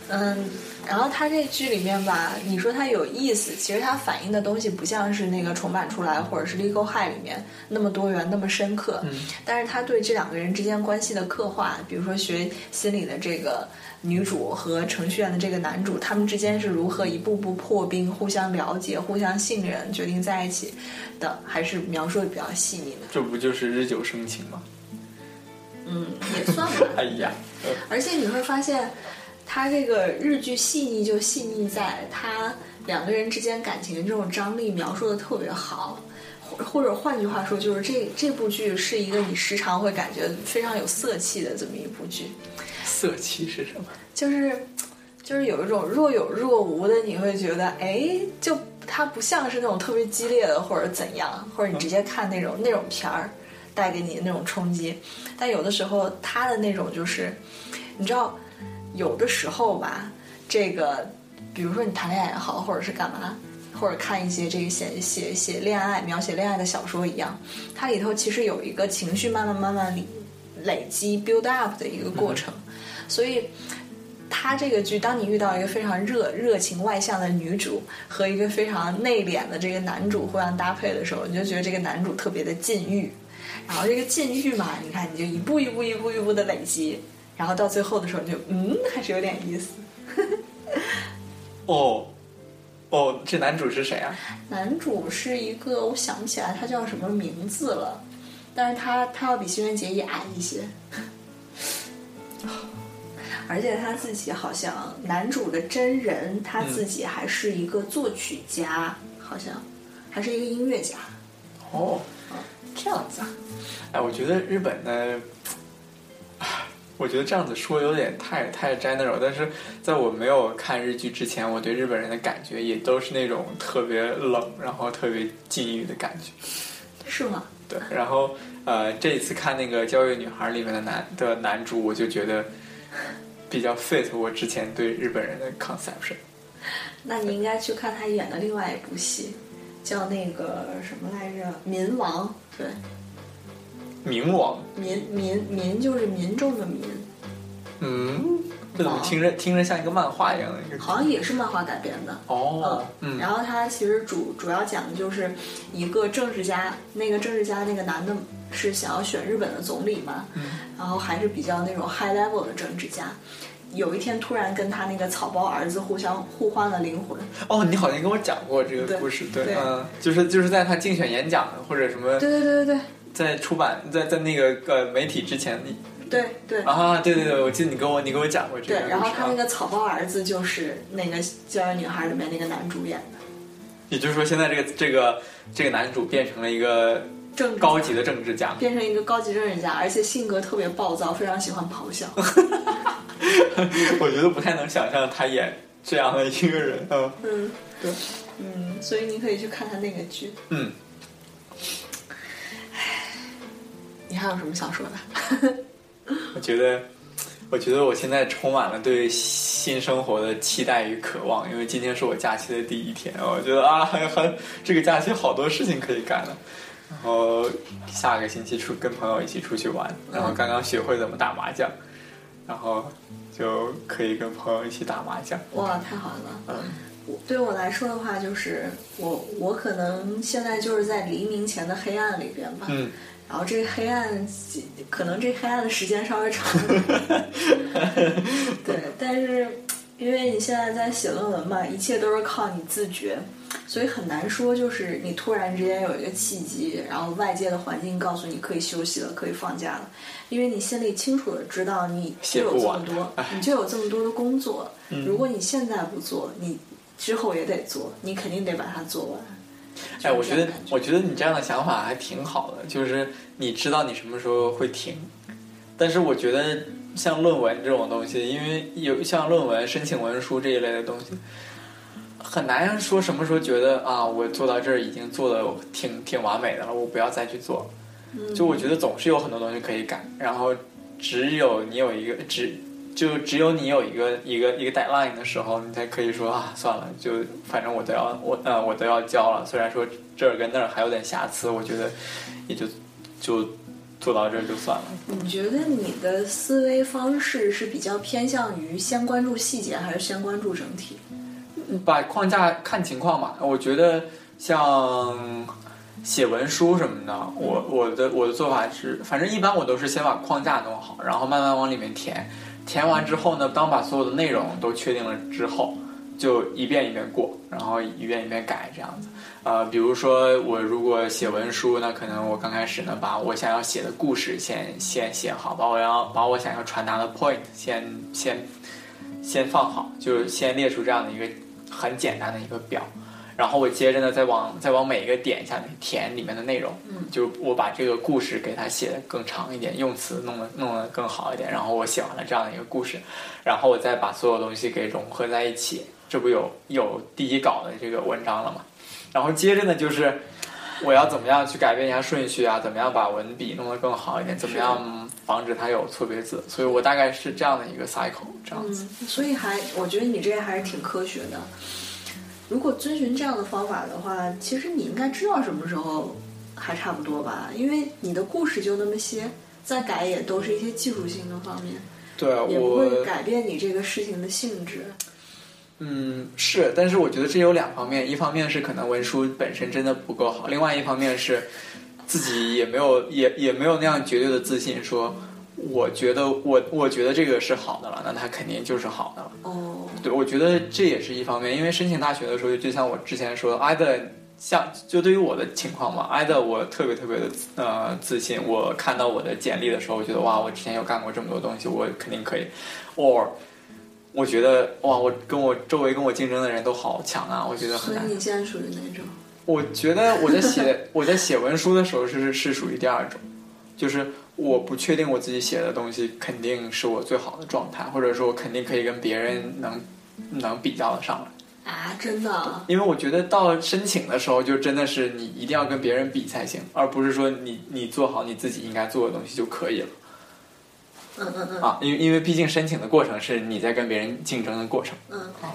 S4: 嗯，然后它这剧里面吧，你说它有意思，其实它反映的东西不像是那个重版出来或者是《Legal High》里面那么多元、那么深刻。嗯。但是它对这两个人之间关系的刻画，比如说学心理的这个女主和程序员的这个男主，他们之间是如何一步步破冰、互相了解、互相信任、决定在一起的，还是描述的比较细腻的。
S5: 这不就是日久生情吗？
S4: 嗯，也算吧。
S5: 哎呀，
S4: 而且你会发现，他这个日剧细腻就细腻在他两个人之间感情的这种张力描述的特别好，或或者换句话说，就是这这部剧是一个你时常会感觉非常有色气的这么一部剧，
S5: 色气是什么？
S4: 就是就是有一种若有若无的，你会觉得哎，就它不像是那种特别激烈的或者怎样，或者你直接看那种那种片儿带给你的那种冲击，但有的时候它的那种就是，你知道，有的时候吧，这个比如说你谈恋爱也好，或者是干嘛。或者看一些这个写写写恋爱、描写恋爱的小说一样，它里头其实有一个情绪慢慢慢慢累累积 build up 的一个过程，所以他这个剧，当你遇到一个非常热热情外向的女主和一个非常内敛的这个男主互相搭配的时候，你就觉得这个男主特别的禁欲，然后这个禁欲嘛，你看你就一步一步一步一步的累积，然后到最后的时候，你就嗯，还是有点意思。
S5: 哦哦，这男主是谁啊？
S4: 男主是一个，我想不起来他叫什么名字了，但是他他要比新垣结衣矮一些， 而且他自己好像男主的真人他自己还是一个作曲家，好像还是一个音乐家，
S5: 哦，
S4: 这样子啊。
S5: 哎，我觉得日本的，唉我觉得这样子说有点太太 general，但是在我没有看日剧之前，我对日本人的感觉也都是那种特别冷，然后特别禁欲的感觉。
S4: 是吗？
S5: 对，然后呃，这一次看那个《教育女孩》里面的男的男主，我就觉得比较 fit 我之前对日本人的 conception。
S4: 那你应该去看他演的另外一部戏，叫那个什么来着，《民王》。对，
S5: 冥王，
S4: 民民民就是民众的民，
S5: 嗯，这怎么听着听着像一个漫画一样的一个？
S4: 好像也是漫画改编的。
S5: 哦，嗯，
S4: 然后他其实主主要讲的就是一个政治家，那个政治家那个男的是想要选日本的总理嘛，
S5: 嗯
S4: 然后还是比较那种 high level 的政治家。有一天突然跟他那个草包儿子互相互换了灵魂，
S5: 哦，你好像跟我讲过这个
S4: 对
S5: 故事，对，
S4: 对
S5: 嗯，就是就是在他竞选演讲或者什么，
S4: 对对对对
S5: 在出版在在那个呃媒体之前，你
S4: 对对对、
S5: 啊，对对对，我记得你跟我你跟我讲过这
S4: 对
S5: 个故，事
S4: 然后他那
S5: 啊，
S4: 个草包儿子就是那个《教育女孩》里面那个男主演的，
S5: 也就是说现在这个这个这个男主变成了一个
S4: 政治
S5: 高级的政治家。
S4: 变成一个高级政治家，而且性格特别暴躁，非常喜欢咆 哮。
S5: 我觉得不太能想象他演这样的一个人。嗯
S4: 嗯，对，嗯，所以你可以去看看那个剧。
S5: 嗯，
S4: 你还有什么想说的？
S5: 我觉得，我觉得我现在充满了对新生活的期待与渴望，因为今天是我假期的第一天，我觉得啊，还还这个假期好多事情可以干了。然后下个星期出跟朋友一起出去玩，然后刚刚学会怎么打麻将，然后就可以跟朋友一起打麻将。
S4: 哇，太好了！
S5: 嗯，
S4: 我对我来说的话，就是我我可能现在就是在黎明前的黑暗里边吧。
S5: 嗯，
S4: 然后这黑暗几，可能这黑暗的时间稍微长一点。 对，但是因为你现在在写论文嘛，一切都是靠你自觉，所以很难说就是你突然之间有一个契机，然后外界的环境告诉你可以休息了，可以放假了，因为你心里清楚的知道你就有这么
S5: 写不嗯完
S4: 多，你就有这么多的工作，如果你现在不做，你之后也得做，你肯定得把它做完。
S5: 哎，我觉
S4: 这
S5: 得
S4: 种感，觉
S5: 我觉得你这样的想法还挺好的，就是你知道你什么时候会停。但是我觉得，像论文这种东西，因为有像论文、申请文书这一类的东西，很难说什么时候觉得啊，我做到这儿已经做的挺挺完美的了，我不要再去做。就我觉得总是有很多东西可以改，然后只有你有一个只就只有你有一个一个一个 deadline 的时候，你才可以说啊，算了，就反正我都要我呃我都要交了，虽然说这儿跟那儿还有点瑕疵，我觉得也就就做到这儿就算了。
S4: 你觉得你的思维方式是比较偏向于先关注细节，还是先关注整体？
S5: 把框架看情况吧。我觉得像写文书什么的，我我的我的做法是，反正一般我都是先把框架弄好，然后慢慢往里面填。填完之后呢，当把所有的内容都确定了之后，就一遍一遍过，然后一遍一遍改这样子。呃，比如说我如果写文书，那可能我刚开始呢，把我想要写的故事先先写好，把我要把我想要传达的 point 先先先放好，就是先列出这样的一个很简单的一个表，然后我接着呢，再往再往每一个点下面填里面的内容，嗯，就我把这个故事给它写的更长一点，用词弄得弄得更好一点，然后我写完了这样的一个故事，然后我再把所有东西给融合在一起，这不有有第一稿的这个文章了吗？然后接着呢，就是我要怎么样去改变一下顺序啊，怎么样把文笔弄得更好一点，怎么样防止它有错别字，所以我大概是这样的一个 cycle，这样子。
S4: 嗯，所以还我觉得你这还是挺科学的。如果遵循这样的方法的话，其实你应该知道什么时候还差不多吧，因为你的故事就那么些，再改也都是一些技术性的方面，
S5: 对啊
S4: 也不
S5: 呃我
S4: 会改变你这个事情的性质。
S5: 嗯，是，但是我觉得这有两方面，一方面是可能文书本身真的不够好，另外一方面是自己也没有也也没有那样绝对的自信，说我觉得我我觉得这个是好的了，那它肯定就是好的了。
S4: 哦，
S5: 对，我觉得这也是一方面，因为申请大学的时候，就像我之前说，either 像就对于我的情况嘛，either 我特别特别的呃自信，我看到我的简历的时候，我觉得哇，我之前有干过这么多东西，我肯定可以，or 我觉得哇，我跟我周围跟我竞争的人都好强啊，我觉得很
S4: 所以
S5: 难。
S4: 你现在属于哪种？
S5: 我觉得我在写 我在写文书的时候是是属于第二种，就是我不确定我自己写的东西肯定是我最好的状态，或者说我肯定可以跟别人能能比较得上来。
S4: 啊，真的啊，
S5: 因为我觉得到申请的时候，就真的是你一定要跟别人比才
S4: 嗯
S5: 行，而不是说你你做好你自己应该做的东西就可以了
S4: 嗯嗯嗯
S5: 啊。因为因为毕竟申请的过程是你在跟别人竞争的过程，啊
S4: 嗯，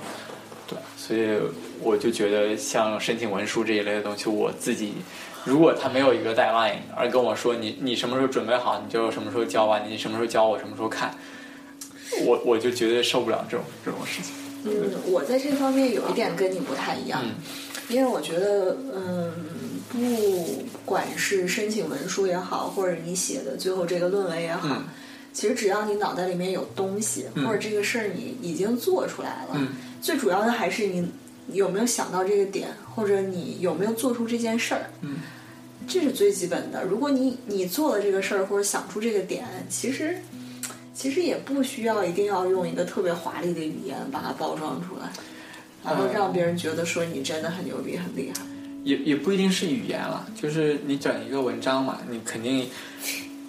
S5: 对，所以我就觉得像申请文书这一类的东西，我自己如果他没有一个 deadline，而跟我说你你什么时候准备好，你就什么时候交吧，你什么时候交我什么时候看，我我就绝对受不了这种这种事情。
S4: 嗯，我在这方面有一点跟你不太一样，
S5: 嗯
S4: 因为我觉得，嗯，不管是申请文书也好，或者你写的最后这个论文也好，
S5: 嗯
S4: 其实只要你脑袋里面有东西，
S5: 嗯
S4: 或者这个事儿你已经做出来了，
S5: 嗯
S4: 最主要的还是你有没有想到这个点，或者你有没有做出这件事儿。
S5: 嗯
S4: 这是最基本的。如果你你做了这个事儿或者想出这个点，其实其实也不需要一定要用一个特别华丽的语言把它包装出来，然后让别人觉得说你真的很牛逼、很厉害。
S5: 也也不一定是语言了，就是你整一个文章嘛，你肯定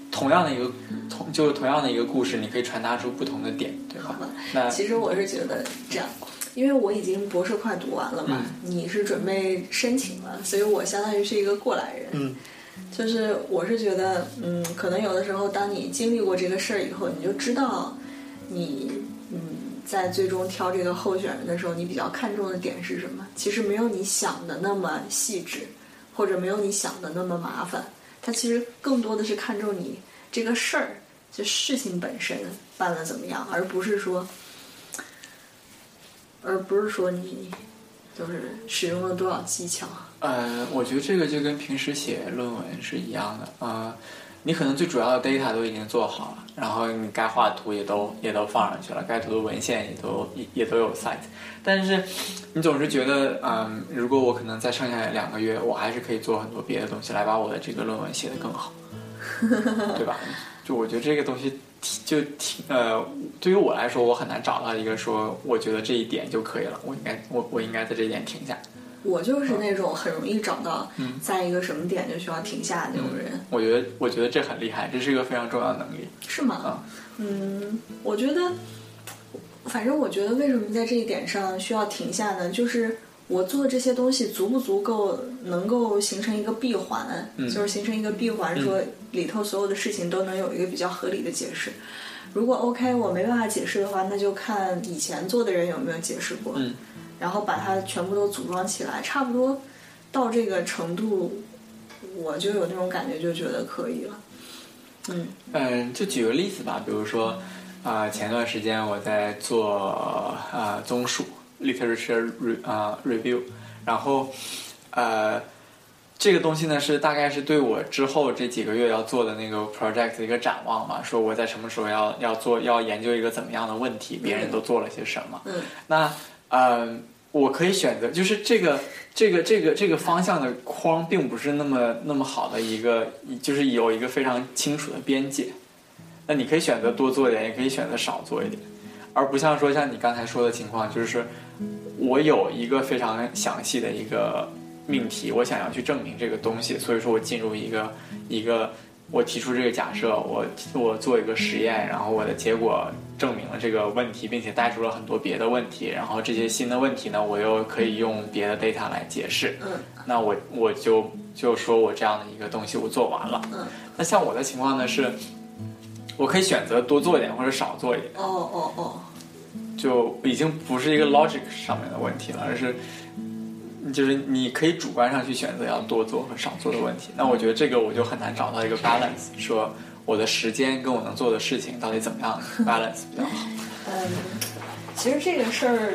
S5: 同样的一个同就是同样的一个故事，你可以传达出不同的点，对吧？那嗯
S4: 其实我是觉得这样，因为我已经博士快读完了嘛，你是准备申请了，所以我相当于是一个过来人。
S5: 嗯，
S4: 就是我是觉得，嗯，可能有的时候，当你经历过这个事儿以后，你就知道你，嗯，在最终挑这个候选人的时候，你比较看重的点是什么？其实没有你想的那么细致，或者没有你想的那么麻烦。它其实更多的是看重你这个事儿，就事情本身办的怎么样，而不是说，而不是说你就是使用了多少技巧。
S5: 呃，我觉得这个就跟平时写论文是一样的呃，你可能最主要的 data 都已经做好了，然后你该画图也都也都放上去了，该读的文献也都也也都有 site，但是你总是觉得，嗯，如果我可能再剩下两个月，我还是可以做很多别的东西来把我的这个论文写得更好，对吧？就我觉得这个东西挺就挺呃，对于我来说，我很难找到一个说我觉得这一点就可以了，我应该我我应该在这一点停下。
S4: 我就是那种很容易找到在一个什么点就需要停下的那种人，
S5: 我觉得，我觉得这很厉害，这是一个非常重要的能力。
S4: 是吗？嗯，我觉得，反正我觉得为什么在这一点上需要停下呢？就是我做这些东西足不足够能够形成一个闭环，就是形成一个闭环，说里头所有的事情都能有一个比较合理的解释。如果 OK，我没办法解释的话，那就看以前做的人有没有解释过。
S5: 嗯
S4: 然后把它全部都组装起来，差不多到这个程度，我就有那种感觉，就觉得可以了。嗯，
S5: 嗯，就举个例子吧，比如说，啊、前段时间我在做啊综述 literature re 啊、review，然后呃，这个东西呢是大概是对我之后这几个月要做的那个 project 的一个展望嘛，说我在什么时候要要做要研究一个怎么样的问题，别人都做了些什么。
S4: 嗯，
S5: 那呃，我可以选择，就是这个这个这个这个方向的框，并不是那么那么好的一个，就是有一个非常清楚的边界。那你可以选择多做一点，也可以选择少做一点，而不像说像你刚才说的情况，就是我有一个非常详细的一个命题，我想要去证明这个东西，所以说我进入一个一个我提出这个假设，我我做一个实验，然后我的结果证明了这个问题，并且带出了很多别的问题，然后这些新的问题呢，我又可以用别的 data 来解释。
S4: 嗯，
S5: 那我我就就说我这样的一个东西我做完了。
S4: 嗯，
S5: 那像我的情况呢是，我可以选择多做一点或者少做一点，
S4: 哦哦哦，
S5: 就已经不是一
S4: 嗯
S5: 个 logic 上面的问题了，而是就是你可以主观上去选择要多做和少做的问题。那我觉得这个我就很难找到一个 balance，说我的时间跟我能做的事情到底怎 么样 balance 比较好。
S4: 嗯，其实这个事儿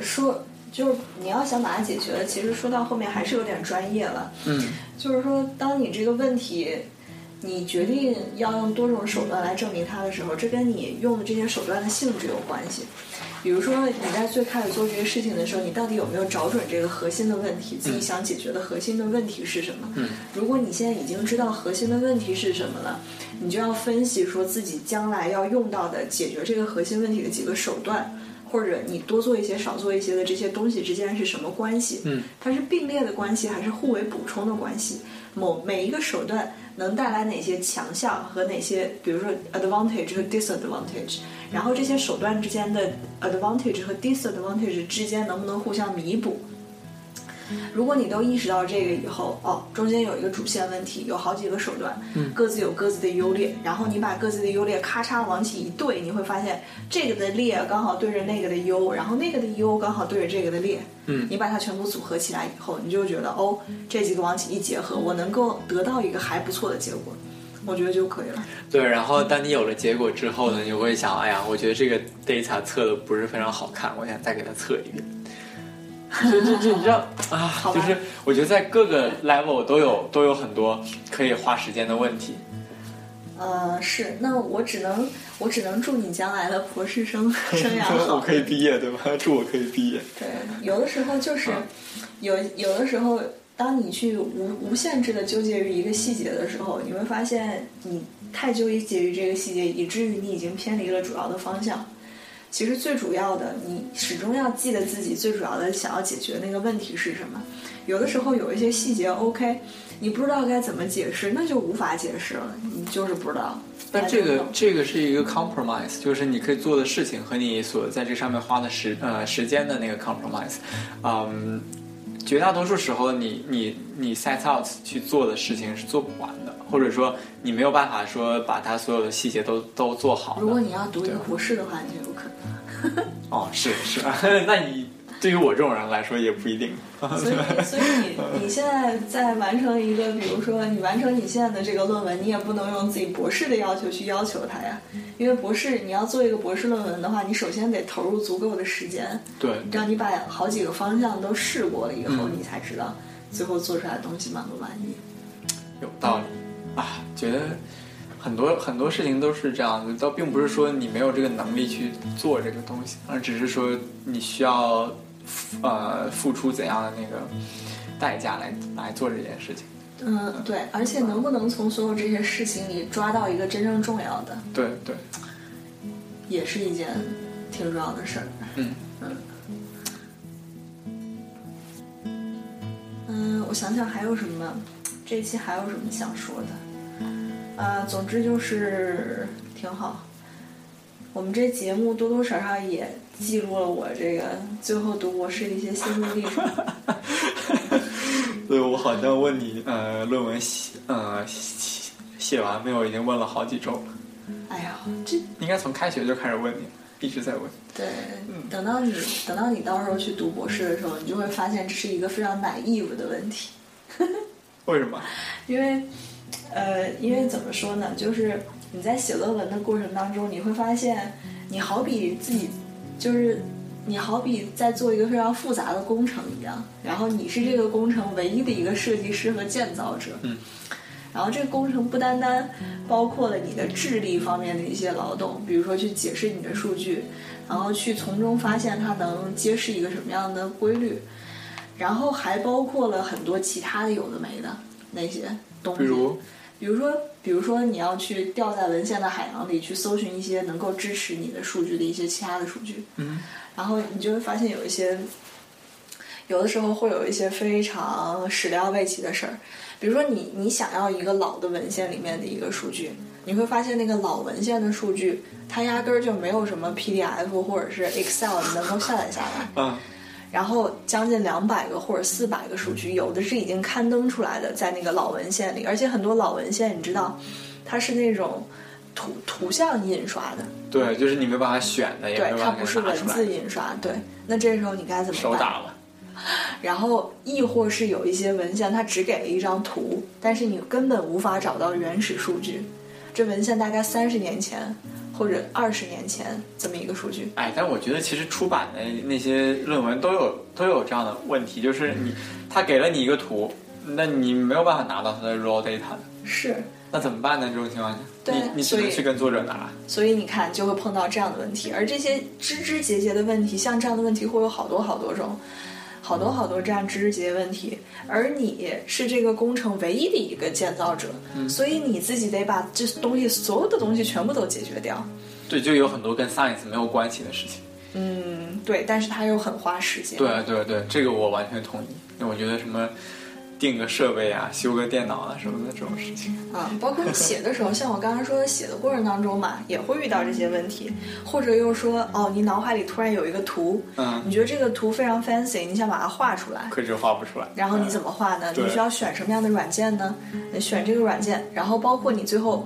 S4: 说就是你要想把它解决了，其实说到后面还是有点专业了。
S5: 嗯
S4: 就是说，当你这个问题，你决定要用多种手段来证明它的时候，这跟你用的这些手段的性质有关系。比如说，你在最开始做这些事情的时候，你到底有没有找准这个核心的问题？自己想解决的核心的问题是什么？
S5: 嗯
S4: 如果你现在已经知道核心的问题是什么了，你就要分析说自己将来要用到的解决这个核心问题的几个手段，或者你多做一些、少做一些的这些东西之间是什么关系？
S5: 嗯，
S4: 它是并列的关系还是互为补充的关系？某每一个手段能带来哪些强项和哪些，比如说 advantage 和 disadvantage，然后这些手段之间的 advantage 和 disadvantage 之间能不能互相弥补？如果你都意识到这个以后，哦，中间有一个主线问题，有好几个手段，
S5: 嗯
S4: 各自有各自的优劣，然后你把各自的优劣咔嚓往起一对，你会发现这个的劣刚好对着那个的优，然后那个的优刚好对着这个的劣，
S5: 嗯
S4: 你把它全部组合起来以后，你就觉得哦，这几个往起一结合，我能够得到一个还不错的结果，我觉得就可以了。
S5: 对，然后当你有了结果之后呢，你就会想，哎呀，我觉得这个 data 测的不是非常好看，我想再给它测一遍。就就就你知道啊，
S4: 好吧
S5: 就是我觉得在各个 level 都有都有很多可以花时间的问题。
S4: 呃，是，那我只能我只能祝你将来的博士生生涯
S5: 我
S4: 好。
S5: 可以毕业对吧？ 祝我可以毕业。
S4: 对，有的时候就是
S5: 啊
S4: 有有的时候，当你去无无限制的纠结于一个细节的时候，你会发现你太纠结于这个细节，以至于你已经偏离了主要的方向。其实最主要的，你始终要记得自己最主要的想要解决那个问题是什么。有的时候有一些细节，OK，你不知道该怎么解释，那就无法解释了，你就是不知道。
S5: 但这
S4: 还能
S5: 个
S4: 懂
S5: 这个是一个 compromise，就是你可以做的事情和你所在这上面花的时呃时间的那个 compromise，嗯，绝大多数时候你你你 set out 去做的事情是做不完的，或者说你没有办法说把它所有的细节都都做好的。
S4: 如果你要读一
S5: 对
S4: 个
S5: 吧
S4: 博士的话，你就有可能。
S5: 哦，是是， 那你对于我这种人来说也不一定。
S4: 所以，所以你你现在在完成一个，比如说你完成你现在的这个论文，你也不能用自己博士的要求去要求它呀，因为博士你要做一个博士论文的话，你首先得投入足够的时间，
S5: 对，
S4: 让你把好几个方向都试过了以后，
S5: 嗯
S4: 你才知道最后做出来的东西满不满意。
S5: 有道理啊，觉得很多很多事情都是这样子，倒并不是说你没有这个能力去做这个东西，而只是说你需要呃付出怎样的那个代价来来做这件事情。
S4: 嗯，对，而且能不能从所有这些事情里抓到一个真正重要的，
S5: 对对，
S4: 也是一件挺重要的事儿。
S5: 嗯
S4: 嗯，我想想还有什么，这一期还有什么想说的？呃，总之就是挺好。我们这节目多多少少也记录了我这个最后读博士的一些心路历程。
S5: 对我好像问你呃论文写呃写写完没有，已经问了好几周了，
S4: 哎呀，这
S5: 应该从开学就开始问你，一直在问。
S4: 对，等到你等到你到时候去读博士的时候，你就会发现这是一个非常 naive 的问题。
S5: 为什么？
S4: 因为，呃，因为怎么说呢，就是你在写论文的过程当中，你会发现，你好比自己，就是你好比在做一个非常复杂的工程一样，然后你是这个工程唯一的一个设计师和建造者。
S5: 嗯。
S4: 然后这个工程不单单包括了你的智力方面的一些劳动，比如说去解释你的数据，然后去从中发现它能揭示一个什么样的规律，然后还包括了很多其他的有的没的那些东西，
S5: 比如
S4: 比如说，比如说你要去掉在文献的海洋里去搜寻一些能够支持你的数据的一些其他的数据，
S5: 嗯，
S4: 然后你就会发现有一些，有的时候会有一些非常始料未及的事儿，比如说你你想要一个老的文献里面的一个数据，你会发现那个老文献的数据它压根儿就没有什么 PDF 或者是 Excel 能够下载下来，
S5: 啊
S4: 然后将近两百个或者四百个数
S5: 嗯
S4: 据，有的是已经刊登出来的，在那个老文献里，而且很多老文献你知道，它是那种图图像印刷的，
S5: 对，就是你没办法选的，也没
S4: 对，它
S5: 办法
S4: 不
S5: 给
S4: 是
S5: 它拿
S4: 文
S5: 出
S4: 字
S5: 来，
S4: 印刷，对。那这时候你该怎么
S5: 手
S4: 办？
S5: 打了。
S4: 然后亦或是有一些文献，它只给了一张图，但是你根本无法找到原始数据。这文献大概三十年前或者二十年前这么一个数据，
S5: 哎，但我觉得其实出版的那些论文都有都有这样的问题，就是你他给了你一个图，那你没有办法拿到他的 raw data，
S4: 是
S5: 那怎么办呢？这种情况下，
S4: 对
S5: 你你只
S4: 所
S5: 能
S4: 以
S5: 去跟作者拿。
S4: 所以你看，就会碰到这样的问题。而这些枝枝节节的问题，像这样的问题会有好多好多种，好多好多这样枝枝节节问题。而你是这个工程唯一的一个建造者，
S5: 嗯
S4: 所以你自己得把这东西所有的东西全部都解决掉。
S5: 对，就有很多跟 science 没有关系的事情。
S4: 嗯，对，但是它又很花时间。
S5: 对啊对对，这个我完全同意。因为我觉得什么定个设备啊、修个电脑啊什么的这种事情，
S4: 啊，包括你写的时候，像我刚刚说的，写的过程当中嘛，也会遇到这些问题，或者又说，哦，你脑海里突然有一个图，
S5: 嗯
S4: 你觉得这个图非常 fancy，你想把它画出来，
S5: 可就画不出来。
S4: 然后你怎
S5: 么？
S4: 么画呢？
S5: 对啊
S4: 你需要选什么样的软件呢？你选这个软件，然后包括你最后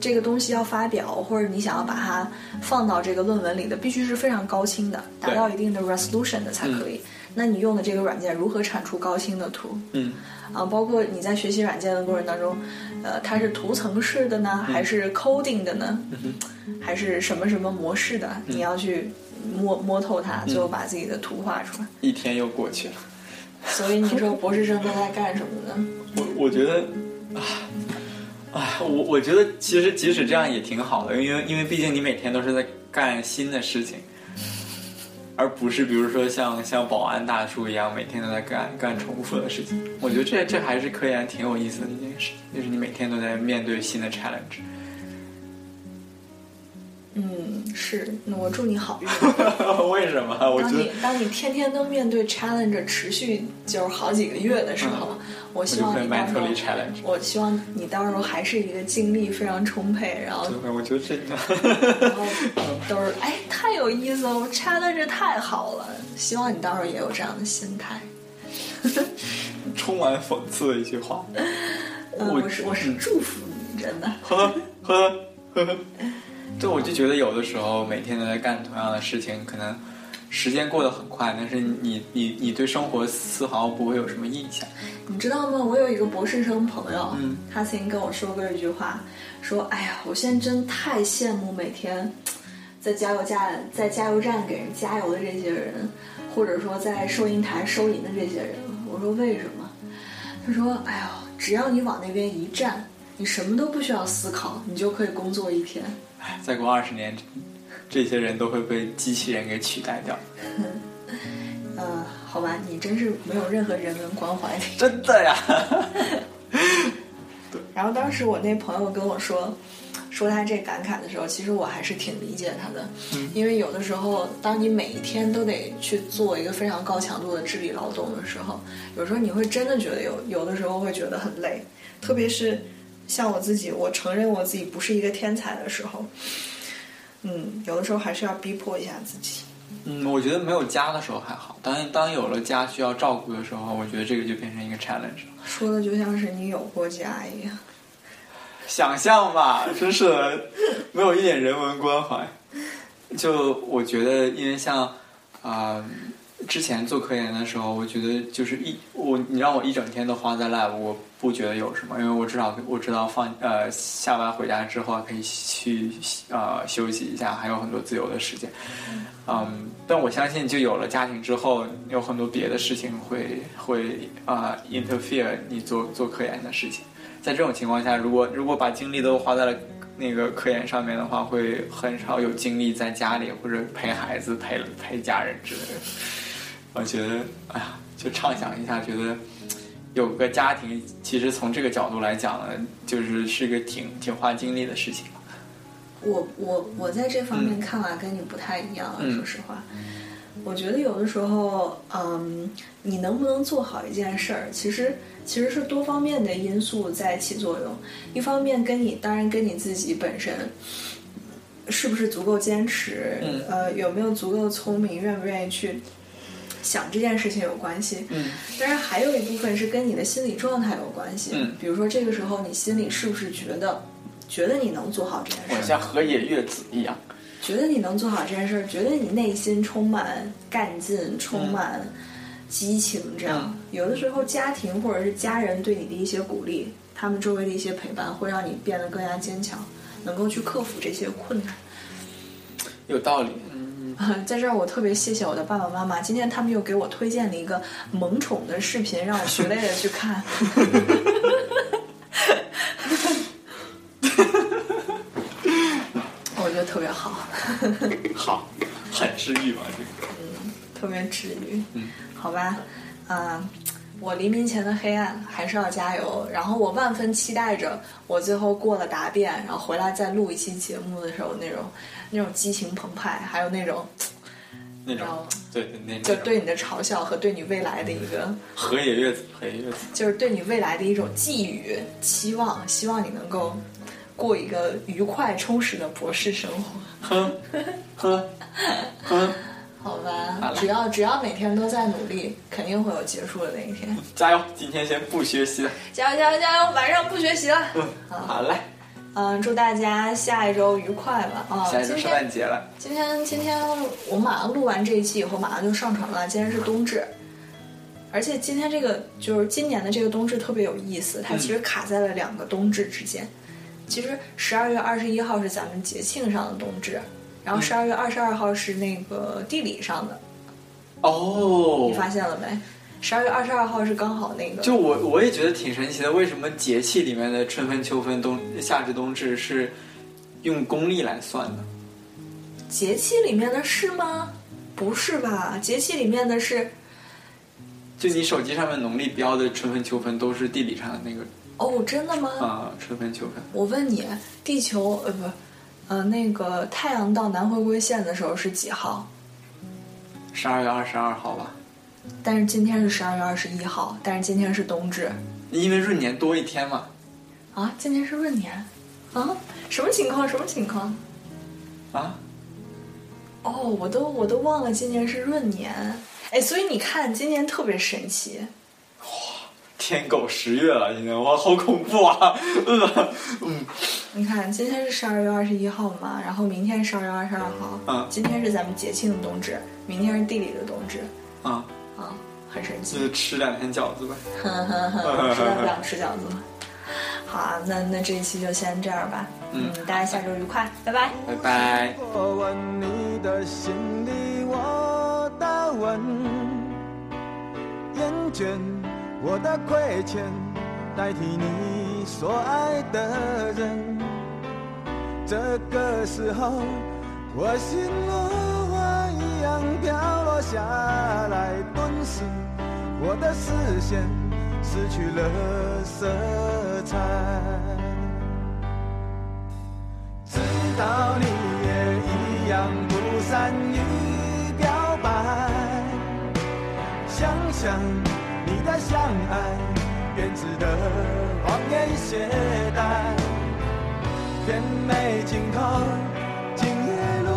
S4: 这个东西要发表，或者你想要把它放到这个论文里的，必须是非常高清的，
S5: 对
S4: 达到一定的 resolution 的才可以。那你用的这个软件如何产出高清的图？
S5: 嗯，
S4: 啊，包括你在学习软件的过程当中，呃，它是图层式的呢，
S5: 嗯
S4: 还是 coding 的呢，还是什么什么模式的？
S5: 嗯
S4: 你要去摸摸透它，最后把自己的图画出来。
S5: 一天又过去了。
S4: 所以你说博士生都在干什么呢？
S5: 我我觉得，啊，哎，我我觉得其实即使这样也挺好的，因为因为毕竟你每天都是在干新的事情，而不是比如说像像保安大叔一样每天都在干干重复的事情。我觉得这这还是科研挺有意思的一件事，就是你每天都在面对新的 challenge。
S4: 嗯，是，那我祝你好运。
S5: 为什么？ 我
S4: 当
S5: 觉得
S4: 你当你天天都面对 challenge 持续就是好几个月的时候，我希望你到时候
S5: 嗯我就会 mentally challenge
S4: 我希望你到时候还是一个精力非常充沛，然后
S5: 对，我觉得这
S4: 然后都是哎太有意思了，我 challenge 太好了。希望你到时候也有这样的心态。
S5: 充满讽刺的一句话。
S4: 嗯，
S5: 我
S4: 我是我是祝福你，真的。
S5: 呵呵呵呵。对，我就觉得有的时候每天都在干同样的事情，可能时间过得很快，但是你你你对生活丝毫不会有什么印象。
S4: 你知道吗？我有一个博士生朋友，
S5: 嗯
S4: 他曾经跟我说过一句话，说：“哎呀，我现在真太羡慕每天在加油站在加油站给人加油的这些人，或者说在收银台收银的这些人。”我说：“为什么？”他说：“哎呦，只要你往那边一站，你什么都不需要思考，你就可以工作一天。
S5: 唉，哎再过二十年，这些人都会被机器人给取代掉。
S4: 呃，好吧，你真是没有任何人文关怀。”
S5: 真的呀？
S4: 然后当时我那朋友跟我说，说他这感慨的时候，其实我还是挺理解他的，因为有的时候，当你每一天都得去做一个非常高强度的智力劳动的时候，有时候你会真的觉得有，有的时候会觉得很累，特别是像我自己，我承认我自己不是一个天才的时候，嗯，有的时候还是要逼迫一下自己。
S5: 嗯，我觉得没有家的时候还好，当当有了家需要照顾的时候，我觉得这个就变成一个 challenge 了。
S4: 说的就像是你有过家一样。
S5: 想象吧， 真是的没有一点人文关怀。就我觉得，因为像啊、之前做科研的时候，我觉得就是一我你让我一整天都花在 lab，我不觉得有什么，因为我至少我知道放呃下班回家之后可以去呃休息一下，还有很多自由的时间。嗯，但我相信，就有了家庭之后，有很多别的事情会会啊、interfere 你做做科研的事情。在这种情况下，如果如果把精力都花在了那个科研上面的话，会很少有精力在家里或者陪孩子、陪陪家人之类的。我觉得，哎呀，就畅想一下，觉得有个家庭，其实从这个角度来讲呢，就是是个挺挺花精力的事情。
S4: 我我我在这方面
S5: 嗯
S4: 看法跟你不太一样，
S5: 嗯
S4: 说实话。我觉得有的时候，嗯，你能不能做好一件事儿，其实其实是多方面的因素在起作用。一方面跟你，当然跟你自己本身是不是足够坚持，
S5: 嗯
S4: 呃，有没有足够聪明，愿不愿意去想这件事情有关系。
S5: 嗯，
S4: 当然还有一部分是跟你的心理状态有关系。
S5: 嗯
S4: 比如说这个时候你心里是不是觉得觉得你能做好这件事儿？
S5: 我像河野月子一样。
S4: 觉得你能做好这件事儿，觉得你内心充满干劲，充满激情，这样、有的时候家庭或者是家人对你的一些鼓励，他们周围的一些陪伴，会让你变得更加坚强，能够去克服这些困难。
S5: 有道理。
S4: 在这儿，我特别谢谢我的爸爸妈妈，今天他们又给我推荐了一个萌宠的视频，让我学累了去看。 我觉得特别好，
S5: 好，很治愈吧？这个
S4: 特别治愈。好吧，啊、我黎明前的黑暗还是要加油。然后我万分期待着我最后过了答辩，然后回来再录一期节目的时候那种那种激情澎湃，还有那种
S5: 那
S4: 然
S5: 种
S4: 后，
S5: 对对那
S4: 就
S5: 种，
S4: 对你的嘲笑和对你未来的一个。
S5: 河野月子，河野月子。
S4: 就是对你未来的一种寄予、期望，希望你能够过一个愉快、充实的博士生活，
S5: 哼哼哼，
S4: 好吧？
S5: 好了
S4: 只要只要每天都在努力，肯定会有结束的那一天。
S5: 加油！今天先不学习了。
S4: 加油加油加油！晚上不学习了。
S5: 好嘞，
S4: 嗯，祝大家下一周愉快吧。啊，
S5: 下一周
S4: 今
S5: 圣
S4: 天
S5: 诞节了，
S4: 今天今天我马上录完这一期以后，马上就上传了。今天是冬至。而且今天这个就是今年的这个冬至特别有意思，
S5: 嗯
S4: 它其实卡在了两个冬至之间。其实十二月二十一号是咱们节庆上的冬至，然后
S5: 嗯
S4: 十二月二十二号是那个地理上的，
S5: 哦
S4: 你发现了没？十二月二十二号是刚好那个，
S5: 就我我也觉得挺神奇的，为什么节气里面的春分、秋分、冬夏至、冬至是用公历来算的？
S4: 节气里面的是吗？不是吧？节气里面的是
S5: 就你手机上面农历标的春分、秋分都是地理上的那个嗯
S4: 哦，真的吗？
S5: 啊、春分、秋分。
S4: 我问你，地球呃不，呃，那个太阳到南回归线的时候是几号？
S5: 十二月二十二号吧，
S4: 但是今天是十二月二十一号，但是今天是冬至
S5: 因为闰年多一天嘛。
S4: 啊，今天是闰年啊，什么情况？什么情况？
S5: 啊，
S4: 哦，我都我都忘了今年是闰年，哎，所以你看今年特别神奇，
S5: 天狗十月了，已经哇，好恐怖啊！呃，嗯，
S4: 你看今天是十二月二十一号嘛，然后明天十二月二十二号，
S5: 嗯
S4: 今天是咱们节庆的冬至，明天是地理的冬至，
S5: 啊，
S4: 啊，很神
S5: 就
S4: 奇，
S5: 是吃两天饺子呗。
S4: 实在不想吃饺子了。好啊，那那这一期就先这样吧，嗯，大家下周愉快，拜拜。
S5: 拜拜。
S6: 我问你的心里我的吻，厌倦我的亏欠，代替你所爱的人。这个时候，我心如花一样飘落下来，顿时我的视线失去了色彩。知道你也一样不善于表白，想想你的相爱，编织的谎言与懈怠，甜美晴空，今夜如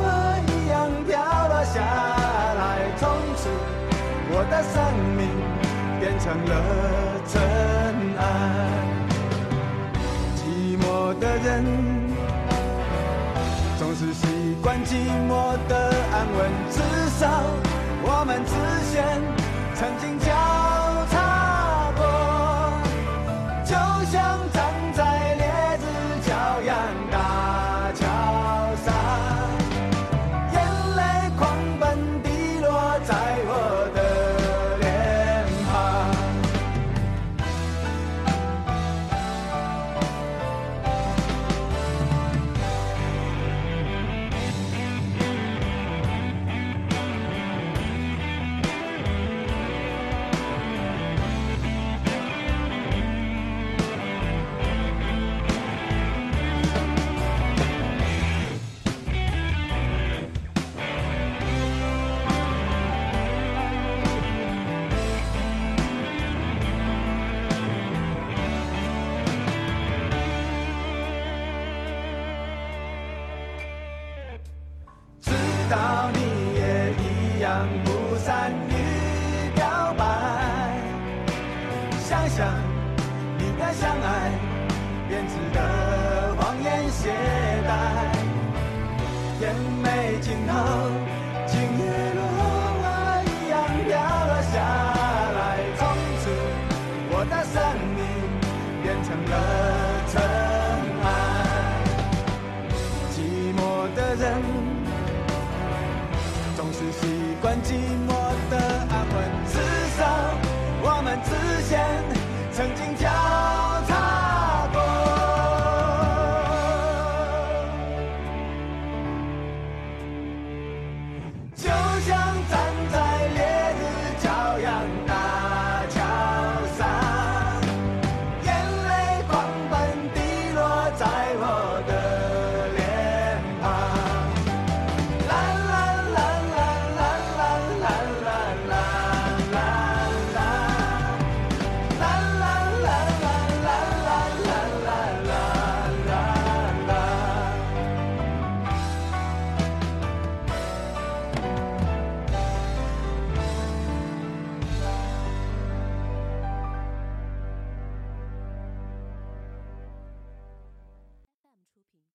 S6: 花一样飘落下来，从此我的生命变成了尘埃。寂寞的人，总是习惯寂寞的安稳。至少我们之间曾经交叉过，就像站在烈日骄阳大桥上，眼泪狂奔滴落在我的脸庞。知道你也一样不善于表白，想想你的相爱，编织的谎言懈怠，甜美尽头，今夜如花一样飘落下来，从此我的生命变成了尘埃，寂寞的人。总是习惯寂寞